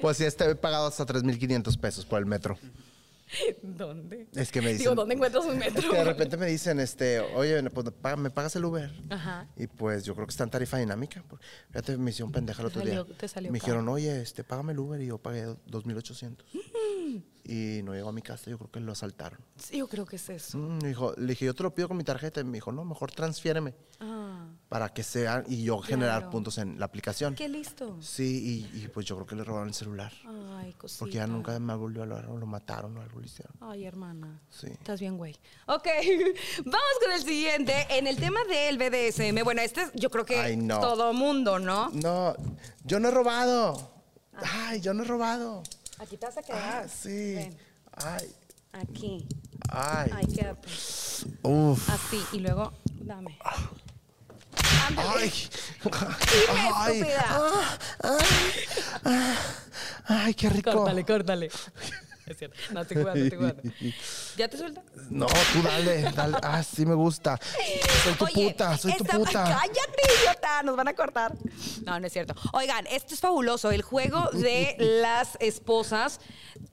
Speaker 3: Pues sí, este he pagado hasta 3.500 pesos por el metro.
Speaker 4: ¿Dónde?
Speaker 3: Es que me dicen.
Speaker 4: Digo, ¿dónde encuentras un metro?
Speaker 3: Es que de repente me dicen, este, oye, pues, pa- ¿me pagas el Uber?
Speaker 4: Ajá.
Speaker 3: Y pues yo creo que está en tarifa dinámica. por- Fíjate, me hicieron pendeja el
Speaker 4: Te
Speaker 3: otro día.
Speaker 4: salió- te salió
Speaker 3: me
Speaker 4: caro.
Speaker 3: dijeron, oye, este, págame el Uber y yo pagué 2.800. Y no llegó a mi casa, yo creo que lo asaltaron.
Speaker 4: Sí, yo creo que es eso.
Speaker 3: Mm, me dijo, le dije, yo te lo pido con mi tarjeta. Y me dijo, no, mejor transfiéreme.
Speaker 4: Ah.
Speaker 3: Para que sea, y yo generar
Speaker 4: Claro.
Speaker 3: puntos en la aplicación.
Speaker 4: Qué listo.
Speaker 3: Sí, y, y pues yo creo que le robaron el celular.
Speaker 4: Ay, cosita.
Speaker 3: Porque ya nunca me volvió a hablar, o lo mataron o algo le hicieron.
Speaker 4: Ay, hermana.
Speaker 3: Sí.
Speaker 4: Estás bien, güey. Ok, vamos con el siguiente. En el tema del BDSM, bueno, este es- yo creo que
Speaker 3: Ay, no.
Speaker 4: todo mundo, ¿no?
Speaker 3: No, yo no he robado. Ay, yo no he robado.
Speaker 4: Aquí te Ah. vas a
Speaker 3: Ah, sí. Ay,
Speaker 4: Aquí.
Speaker 3: ay.
Speaker 4: quédate.
Speaker 3: Uf.
Speaker 4: Así, y luego, dame.
Speaker 3: Ay.
Speaker 4: Dime,
Speaker 3: Ay.
Speaker 4: estúpida.
Speaker 3: Ah, ah. Ay, qué rico.
Speaker 4: córtale. Es cierto. No, te jugando, te jugando. ¿Ya te suelta?
Speaker 3: No, tú dale, dale. Ah, sí me gusta. Soy tu
Speaker 4: Oye,
Speaker 3: puta, soy tu
Speaker 4: esta-
Speaker 3: puta.
Speaker 4: Cállate, idiota, nos van a cortar. No, no es cierto. Oigan, esto es fabuloso, el juego de las esposas.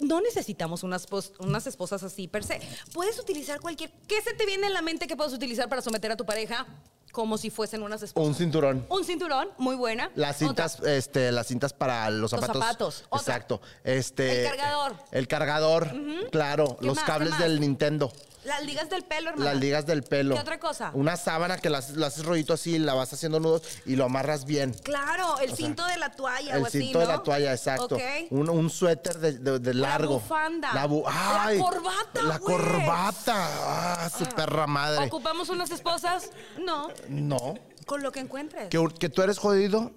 Speaker 4: No necesitamos unas, pos- unas esposas así per se. Puedes utilizar cualquier... ¿Qué se te viene en la mente que puedes utilizar para someter a tu pareja como si fuesen unas esposas?
Speaker 3: Un cinturón.
Speaker 4: Un cinturón, muy buena.
Speaker 3: Las
Speaker 4: Otra.
Speaker 3: cintas, este, las cintas para los zapatos.
Speaker 4: zapatos, otra.
Speaker 3: Exacto. Este.
Speaker 4: El cargador.
Speaker 3: El cargador, claro.
Speaker 4: ¿Qué
Speaker 3: Los
Speaker 4: más, qué
Speaker 3: cables
Speaker 4: más?
Speaker 3: del Nintendo.
Speaker 4: Las ligas del pelo, hermano.
Speaker 3: Las ligas del pelo.
Speaker 4: ¿Qué otra cosa?
Speaker 3: Una sábana que la haces- la haces rollito así, la vas haciendo nudos y lo amarras bien.
Speaker 4: Claro, el cinto de la toalla
Speaker 3: El
Speaker 4: o así,
Speaker 3: cinto de la
Speaker 4: ¿no?
Speaker 3: toalla, exacto.
Speaker 4: Ok.
Speaker 3: Un, un suéter de, de- de largo.
Speaker 4: bufanda.
Speaker 3: La, bu-
Speaker 4: La
Speaker 3: ¡Ay!
Speaker 4: corbata,
Speaker 3: La
Speaker 4: güey.
Speaker 3: corbata. ¡Ah, su perra madre!
Speaker 4: ¿Ocupamos unas esposas? No,
Speaker 3: No.
Speaker 4: con lo que encuentres.
Speaker 3: Que, que tú eres jodido,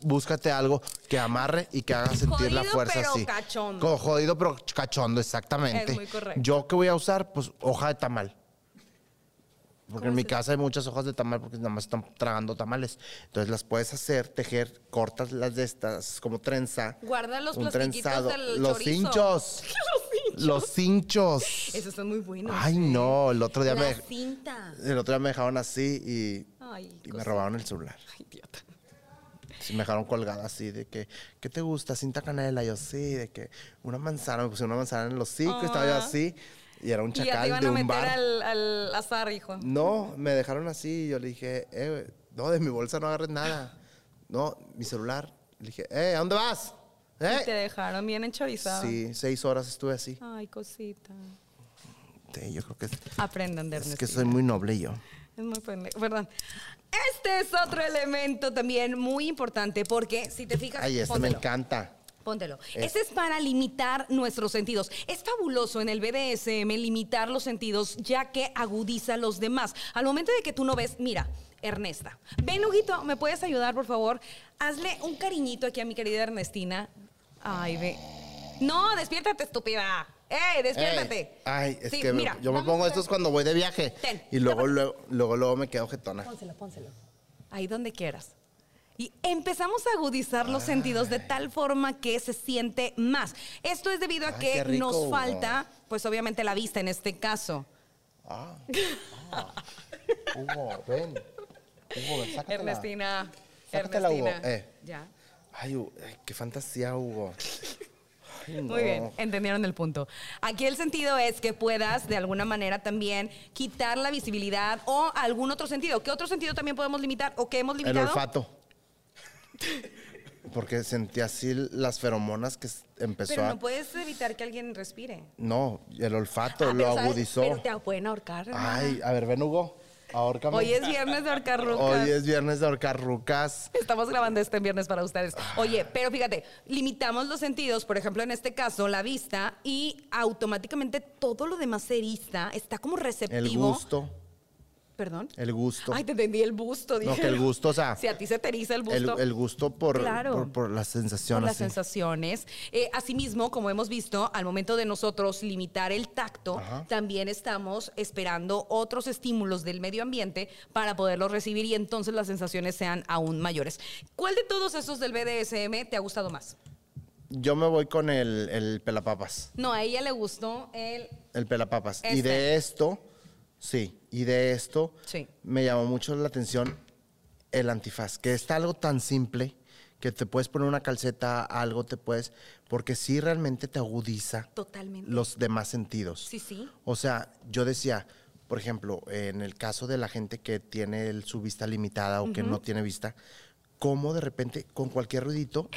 Speaker 3: búscate algo que amarre y que haga sentir la
Speaker 4: Jodido,
Speaker 3: fuerza
Speaker 4: pero
Speaker 3: así.
Speaker 4: cachondo.
Speaker 3: Co- jodido, pero ch- cachondo, exactamente.
Speaker 4: Es muy correcto.
Speaker 3: Yo que voy a usar, pues hoja de tamal. Porque en mi casa hay muchas hojas de tamal porque nada más están tragando tamales. Entonces las puedes hacer, tejer, cortas las de estas como trenza.
Speaker 4: Guarda los
Speaker 3: un
Speaker 4: plastiquitos del
Speaker 3: Los
Speaker 4: chorizo.
Speaker 3: hinchos. los hinchos.
Speaker 4: Esos están muy buenos.
Speaker 3: Ay, no, el otro día
Speaker 4: La
Speaker 3: me
Speaker 4: cinta.
Speaker 3: el otro día me dejaron así y,
Speaker 4: Ay,
Speaker 3: y me
Speaker 4: cosita.
Speaker 3: robaron el celular.
Speaker 4: Ay, idiota.
Speaker 3: Sí, me dejaron colgada así de que, ¿qué te gusta? Cinta canela. Yo sí, de que una manzana, me pusieron una manzana en los cinco y estaba yo así. Y era un
Speaker 4: Y ya
Speaker 3: chacal
Speaker 4: te iban
Speaker 3: de
Speaker 4: a
Speaker 3: un
Speaker 4: meter
Speaker 3: bar.
Speaker 4: al, al azar, hijo.
Speaker 3: No, me dejaron así y yo le dije, eh, güey, no, de mi bolsa no agarres nada. No, mi celular. Le dije, eh, ¿a dónde vas?
Speaker 4: Y te
Speaker 3: ¿Eh?
Speaker 4: dejaron bien enchorizado.
Speaker 3: Sí, seis horas estuve así.
Speaker 4: Ay, cosita.
Speaker 3: Sí, yo creo que es,
Speaker 4: Aprendan de
Speaker 3: es
Speaker 4: Ernestina.
Speaker 3: que soy muy noble yo.
Speaker 4: Es muy pendejo, perdón. Este es otro elemento también muy importante porque si te fijas,
Speaker 3: Ay, este me
Speaker 4: póntelo,
Speaker 3: encanta.
Speaker 4: póntelo.
Speaker 3: Es-
Speaker 4: Este es para limitar nuestros sentidos. Es fabuloso en el BDSM limitar los sentidos ya que agudiza los demás. Al momento de que tú no ves, mira, Ernesta, ven Huguito, ¿me puedes ayudar por favor? Hazle un cariñito aquí a mi querida Ernestina. Ay, ve. No, despiértate, estúpida. ¡Ey, despiértate!
Speaker 3: Ey, Ay, es
Speaker 4: Sí,
Speaker 3: que me-
Speaker 4: mira,
Speaker 3: yo me
Speaker 4: vamos
Speaker 3: pongo
Speaker 4: a-
Speaker 3: estos cuando voy de viaje.
Speaker 4: Ten,
Speaker 3: y luego,
Speaker 4: tápate.
Speaker 3: luego, luego, luego me quedo jetona.
Speaker 4: Pónselo, pónselo. Ahí donde quieras. Y empezamos a agudizar los sentidos de tal forma que se siente más. Esto es debido a
Speaker 3: Ay,
Speaker 4: que
Speaker 3: qué rico.
Speaker 4: nos falta, pues obviamente la vista en este caso.
Speaker 3: Ah, ah. Hugo, ven. Hugo, ven, sácatela.
Speaker 4: Ernestina.
Speaker 3: Sácatela, Hugo.
Speaker 4: Ernestina.
Speaker 3: Eh.
Speaker 4: Ya.
Speaker 3: Ay, Hugo, ay, qué fantasía, Hugo. Ay, no.
Speaker 4: Muy bien, entendieron el punto. Aquí el sentido es que puedas de alguna manera también quitar la visibilidad o algún otro sentido. ¿Qué otro sentido también podemos limitar o que hemos
Speaker 3: El
Speaker 4: limitado?
Speaker 3: olfato. Porque sentí así las feromonas que s- empezó
Speaker 4: Pero
Speaker 3: a...
Speaker 4: no puedes evitar que alguien respire.
Speaker 3: No, el olfato
Speaker 4: Ah,
Speaker 3: lo
Speaker 4: pero, ¿sabes?
Speaker 3: agudizó. Ah.
Speaker 4: Pero te pueden ahorcar. hermana.
Speaker 3: Ay, a ver, ven, Hugo. Ahórcame.
Speaker 4: Hoy es viernes de ahorcarrucas.
Speaker 3: Hoy es viernes de ahorcar rucas.
Speaker 4: Estamos grabando este viernes para ustedes.
Speaker 3: Ah.
Speaker 4: Oye, pero fíjate, limitamos los sentidos, por ejemplo, en este caso, la vista, y automáticamente todo lo demás se eriza, está como receptivo.
Speaker 3: El gusto.
Speaker 4: Perdón.
Speaker 3: El gusto.
Speaker 4: Ay, te entendí el busto.
Speaker 3: No,
Speaker 4: dije.
Speaker 3: que el gusto, o sea,
Speaker 4: Si a ti se te eriza el
Speaker 3: el,
Speaker 4: busto.
Speaker 3: el gusto por,
Speaker 4: Claro.
Speaker 3: por, por la sensación.
Speaker 4: Por las
Speaker 3: así.
Speaker 4: sensaciones. Eh, asimismo, como hemos visto, al momento de nosotros limitar el tacto,
Speaker 3: Ajá.
Speaker 4: también estamos esperando otros estímulos del medio ambiente para poderlos recibir y entonces las sensaciones sean aún mayores. ¿Cuál de todos esos del BDSM te ha gustado más?
Speaker 3: Yo me voy con el, el pelapapas.
Speaker 4: No, a ella le gustó el...
Speaker 3: El pelapapas. Y
Speaker 4: Este.
Speaker 3: de esto, sí, y de esto
Speaker 4: Sí.
Speaker 3: me llamó mucho la atención el antifaz, que está algo tan simple que te puedes poner una calceta, algo te puedes, porque sí realmente te agudiza
Speaker 4: Totalmente.
Speaker 3: los demás sentidos.
Speaker 4: Sí, sí.
Speaker 3: O sea, yo decía, por ejemplo, en el caso de la gente que tiene el- su vista limitada o que no tiene vista, cómo de repente con cualquier ruidito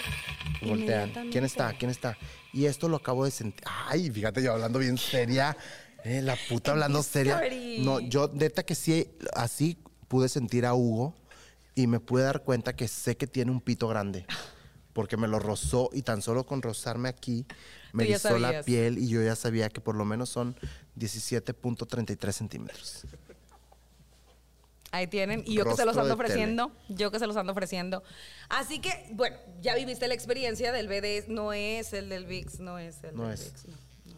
Speaker 3: voltean. ¿Quién está? ¿Quién está? Y esto lo acabo de sentir. Ay, fíjate, yo hablando bien seria. eh, la puta hablando seria.
Speaker 4: Discovery.
Speaker 3: No, yo neta que sí, así pude sentir a Hugo y me pude dar cuenta que sé que tiene un pito grande. Porque me lo rozó y tan solo con rozarme aquí me
Speaker 4: Tú ya
Speaker 3: erizó la
Speaker 4: sabías.
Speaker 3: piel y yo ya sabía que por lo menos son 17.33 centímetros.
Speaker 4: Ahí tienen. Y yo que se los
Speaker 3: Rostro de
Speaker 4: ando
Speaker 3: tele.
Speaker 4: ofreciendo. Yo que se los ando ofreciendo. Así que, bueno, ya viviste la experiencia del BDS. No es el del VIX, no es el
Speaker 3: No
Speaker 4: del
Speaker 3: es.
Speaker 4: VIX. no.
Speaker 3: Ya le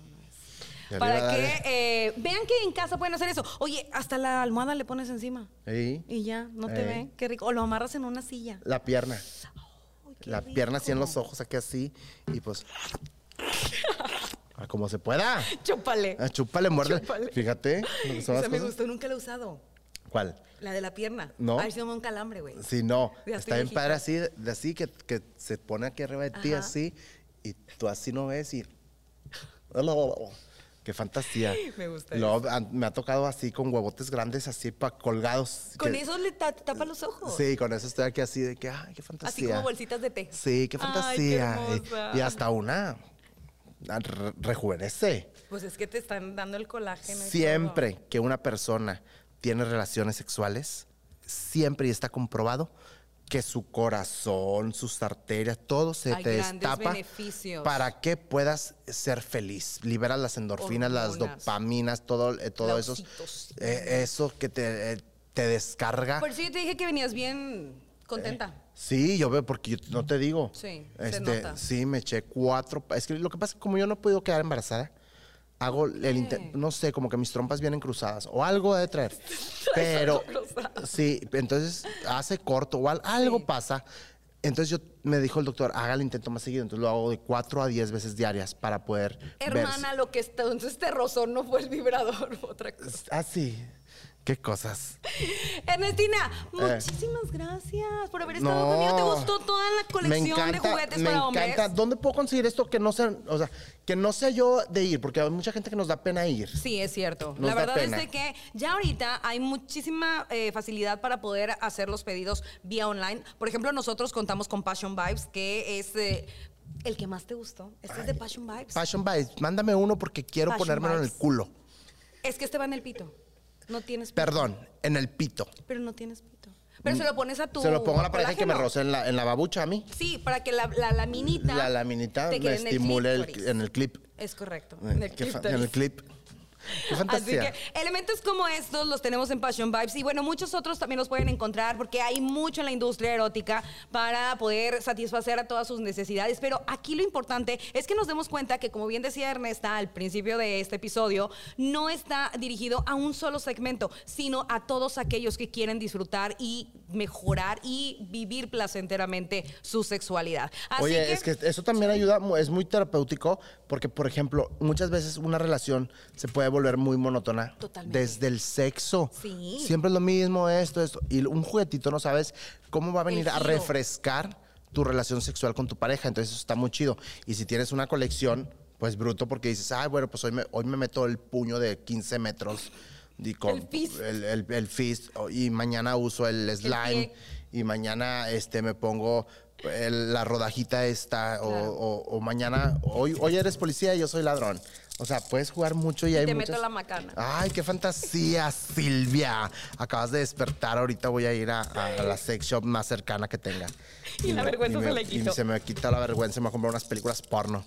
Speaker 3: iba
Speaker 4: Para
Speaker 3: a dar,
Speaker 4: que eh, vean que en casa pueden hacer eso. Oye, hasta la almohada le pones encima.
Speaker 3: ¿eh? Y
Speaker 4: Y ya, no te
Speaker 3: Ey.
Speaker 4: ven. Qué rico. O lo amarras en una silla.
Speaker 3: La pierna.
Speaker 4: Uy, qué
Speaker 3: La
Speaker 4: rico.
Speaker 3: pierna así en los ojos, aquí así. Y pues. a como se pueda.
Speaker 4: Chúpale.
Speaker 3: Ah, Chúpale, muerde.
Speaker 4: Chúpale.
Speaker 3: Fíjate. lo que son
Speaker 4: Esa
Speaker 3: las
Speaker 4: me
Speaker 3: cosas.
Speaker 4: gustó, nunca la he usado.
Speaker 3: ¿Cuál?
Speaker 4: La de la pierna.
Speaker 3: No.
Speaker 4: A ver si no me da un calambre, güey.
Speaker 3: Si no,
Speaker 4: Ya estoy
Speaker 3: está bien
Speaker 4: viejita.
Speaker 3: padre así, de así, que, que se pone aquí arriba de ti,
Speaker 4: Ajá.
Speaker 3: así, y tú así no ves y... ¡Qué fantasía!
Speaker 4: Me gusta
Speaker 3: Luego, a- me ha tocado así con huevotes grandes, así pa- colgados.
Speaker 4: Con
Speaker 3: que-
Speaker 4: eso le ta- tapa los ojos.
Speaker 3: Sí, con eso estoy aquí así de que, ¡ay, qué fantasía!
Speaker 4: Así como bolsitas de té.
Speaker 3: Sí, qué
Speaker 4: Ay, qué
Speaker 3: fantasía. Y-
Speaker 4: hermosa.
Speaker 3: y, hasta una ah, re- rejuvenece.
Speaker 4: Pues es que te están dando el colágeno. y
Speaker 3: Siempre que una persona tiene relaciones sexuales, siempre y está comprobado que su corazón, sus arterias, todo se
Speaker 4: Hay
Speaker 3: te
Speaker 4: grandes
Speaker 3: destapa
Speaker 4: beneficios.
Speaker 3: para que puedas ser feliz. Liberas las endorfinas, las
Speaker 4: Hormonas.
Speaker 3: dopaminas, todo, eh, todo
Speaker 4: La
Speaker 3: eso,
Speaker 4: oxitocina.
Speaker 3: eh, eso que te, eh, te descarga.
Speaker 4: todo. Por eso yo te dije que venías bien contenta.
Speaker 3: Sí, yo veo, porque yo no te digo.
Speaker 4: Sí, se
Speaker 3: este,
Speaker 4: nota.
Speaker 3: Sí, me eché cuatro. pa- Es que lo que pasa es que como yo no he podido quedar embarazada, hago el intento, no sé, como que mis trompas vienen cruzadas o algo de traer. Pero, sí, entonces hace corto o al- algo pasa. Entonces yo me dijo el doctor, haga el intento más seguido. Entonces lo hago de cuatro a diez veces diarias para poder
Speaker 4: Hermana,
Speaker 3: ver.
Speaker 4: lo que está, entonces te rozó no fue el vibrador, fue otra cosa.
Speaker 3: Ah, sí. Qué cosas.
Speaker 4: Ernestina, muchísimas gracias por haber estado
Speaker 3: Eh. No.
Speaker 4: conmigo. ¿Te gustó toda la colección de juguetes
Speaker 3: me
Speaker 4: para hombres?
Speaker 3: encanta. ¿Dónde puedo conseguir esto que no sea, o sea, que no sea yo de ir? Porque hay mucha gente que nos da pena ir.
Speaker 4: Sí, es cierto.
Speaker 3: Nos
Speaker 4: la
Speaker 3: da
Speaker 4: verdad
Speaker 3: pena.
Speaker 4: es de que ya ahorita hay muchísima eh, facilidad para poder hacer los pedidos vía online. Por ejemplo, nosotros contamos con Passion Vibes, que es eh, el que más te gustó. Este es de Passion Vibes.
Speaker 3: Fashion Bites, mándame uno porque quiero
Speaker 4: Fashion
Speaker 3: ponérmelo en
Speaker 4: Bites.
Speaker 3: el culo.
Speaker 4: es que este va en el pito. No tienes pito.
Speaker 3: Perdón, en el pito.
Speaker 4: Pero no tienes pito. Pero se lo pones a tu.
Speaker 3: Se lo pongo a la pareja y que me
Speaker 4: colágeno.
Speaker 3: roce en la, en la babucha a mí.
Speaker 4: Sí, para que la, la laminita.
Speaker 3: La laminita
Speaker 4: te
Speaker 3: me
Speaker 4: quede en el
Speaker 3: estimule el-
Speaker 4: clítoris.
Speaker 3: en el clip.
Speaker 4: Es correcto.
Speaker 3: Eh,
Speaker 4: En el
Speaker 3: qué fa-
Speaker 4: clítoris.
Speaker 3: en el clip. Qué
Speaker 4: Así
Speaker 3: fantasía.
Speaker 4: que elementos como estos los tenemos en Passion Vibes y bueno, muchos otros también los pueden encontrar porque hay mucho en la industria erótica para poder satisfacer a todas sus necesidades. Pero aquí lo importante es que nos demos cuenta que, como bien decía Ernesta al principio de este episodio, no está dirigido a un solo segmento, sino a todos aquellos que quieren disfrutar y mejorar y vivir placenteramente su sexualidad. Así
Speaker 3: Oye, es que eso también ayuda, mu- es muy terapéutico, porque, por ejemplo, muchas veces una relación se puede volver muy monótona.
Speaker 4: Totalmente.
Speaker 3: Desde el sexo.
Speaker 4: Sí.
Speaker 3: Siempre es lo mismo, esto, esto. Y un juguetito no sabes cómo va a venir a
Speaker 4: giro.
Speaker 3: refrescar tu relación sexual con tu pareja. Entonces, eso está muy chido. Y si tienes una colección, pues bruto, porque dices, ah, bueno, pues hoy me, hoy me meto el puño de 15 metros. Y con
Speaker 4: El fist.
Speaker 3: El, el- el fist, o- y mañana uso el slime
Speaker 4: pie.
Speaker 3: y mañana este me pongo el- la rodajita esta o-
Speaker 4: Claro.
Speaker 3: o, o mañana hoy hoy eres policía y yo soy ladrón. O sea, puedes jugar mucho y, hay
Speaker 4: te meto
Speaker 3: muchas...
Speaker 4: la macana.
Speaker 3: Ay, qué fantasía, Silvia. Acabas de despertar. Ahorita voy a ir a, a- a la sex shop más cercana que tenga.
Speaker 4: Y la
Speaker 3: me-
Speaker 4: vergüenza
Speaker 3: me-
Speaker 4: se le
Speaker 3: y
Speaker 4: quitó.
Speaker 3: se me quita la vergüenza. Me voy a comprar unas películas porno.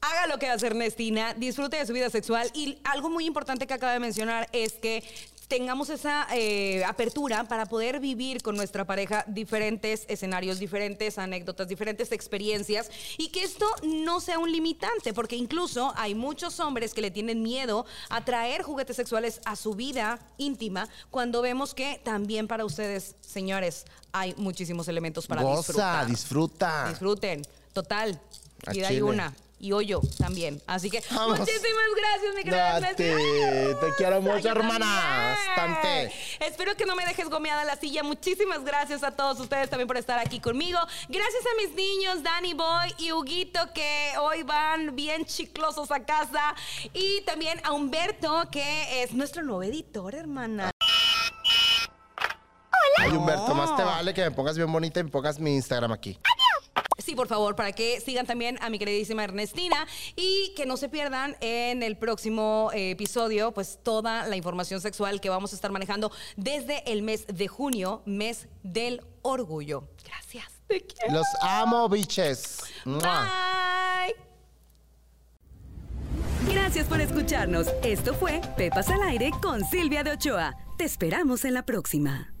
Speaker 4: Haga lo que hace Ernestina, disfrute de su vida sexual y algo muy importante que acaba de mencionar es que tengamos esa eh, apertura para poder vivir con nuestra pareja diferentes escenarios, diferentes anécdotas, diferentes experiencias y que esto no sea un limitante, porque incluso hay muchos hombres que le tienen miedo a traer juguetes sexuales a su vida íntima cuando vemos que también para ustedes, señores, hay muchísimos elementos para
Speaker 3: Goza,
Speaker 4: disfrutar.
Speaker 3: disfruta.
Speaker 4: Disfruten. Total.
Speaker 3: A
Speaker 4: Vida hay
Speaker 3: Chile.
Speaker 4: una. Y hoyo también. Así que
Speaker 3: Vamos.
Speaker 4: muchísimas gracias, mi querida
Speaker 3: Date.
Speaker 4: Ernestina.
Speaker 3: Te quiero mucho,
Speaker 4: Yo
Speaker 3: hermana.
Speaker 4: también.
Speaker 3: Bastante.
Speaker 4: Espero que no me dejes gomeada la silla. Muchísimas gracias a todos ustedes también por estar aquí conmigo. Gracias a mis niños, Danny Boy y Huguito, que hoy van bien chiclosos a casa. Y también a Humberto, que es nuestro nuevo editor, hermana.
Speaker 3: Ay, Humberto, más te vale que me pongas bien bonita y me pongas mi Instagram aquí.
Speaker 4: Sí, por favor, para que sigan también a mi queridísima Ernestina y que no se pierdan en el próximo eh, episodio, pues toda la información sexual que vamos a estar manejando desde el mes de junio, mes del orgullo. Gracias. Te quiero.
Speaker 3: Los amo, biches. Mua.
Speaker 4: Bye.
Speaker 2: Gracias por escucharnos. Esto fue Pepas al Aire con Silvia de Ochoa. Te esperamos en la próxima.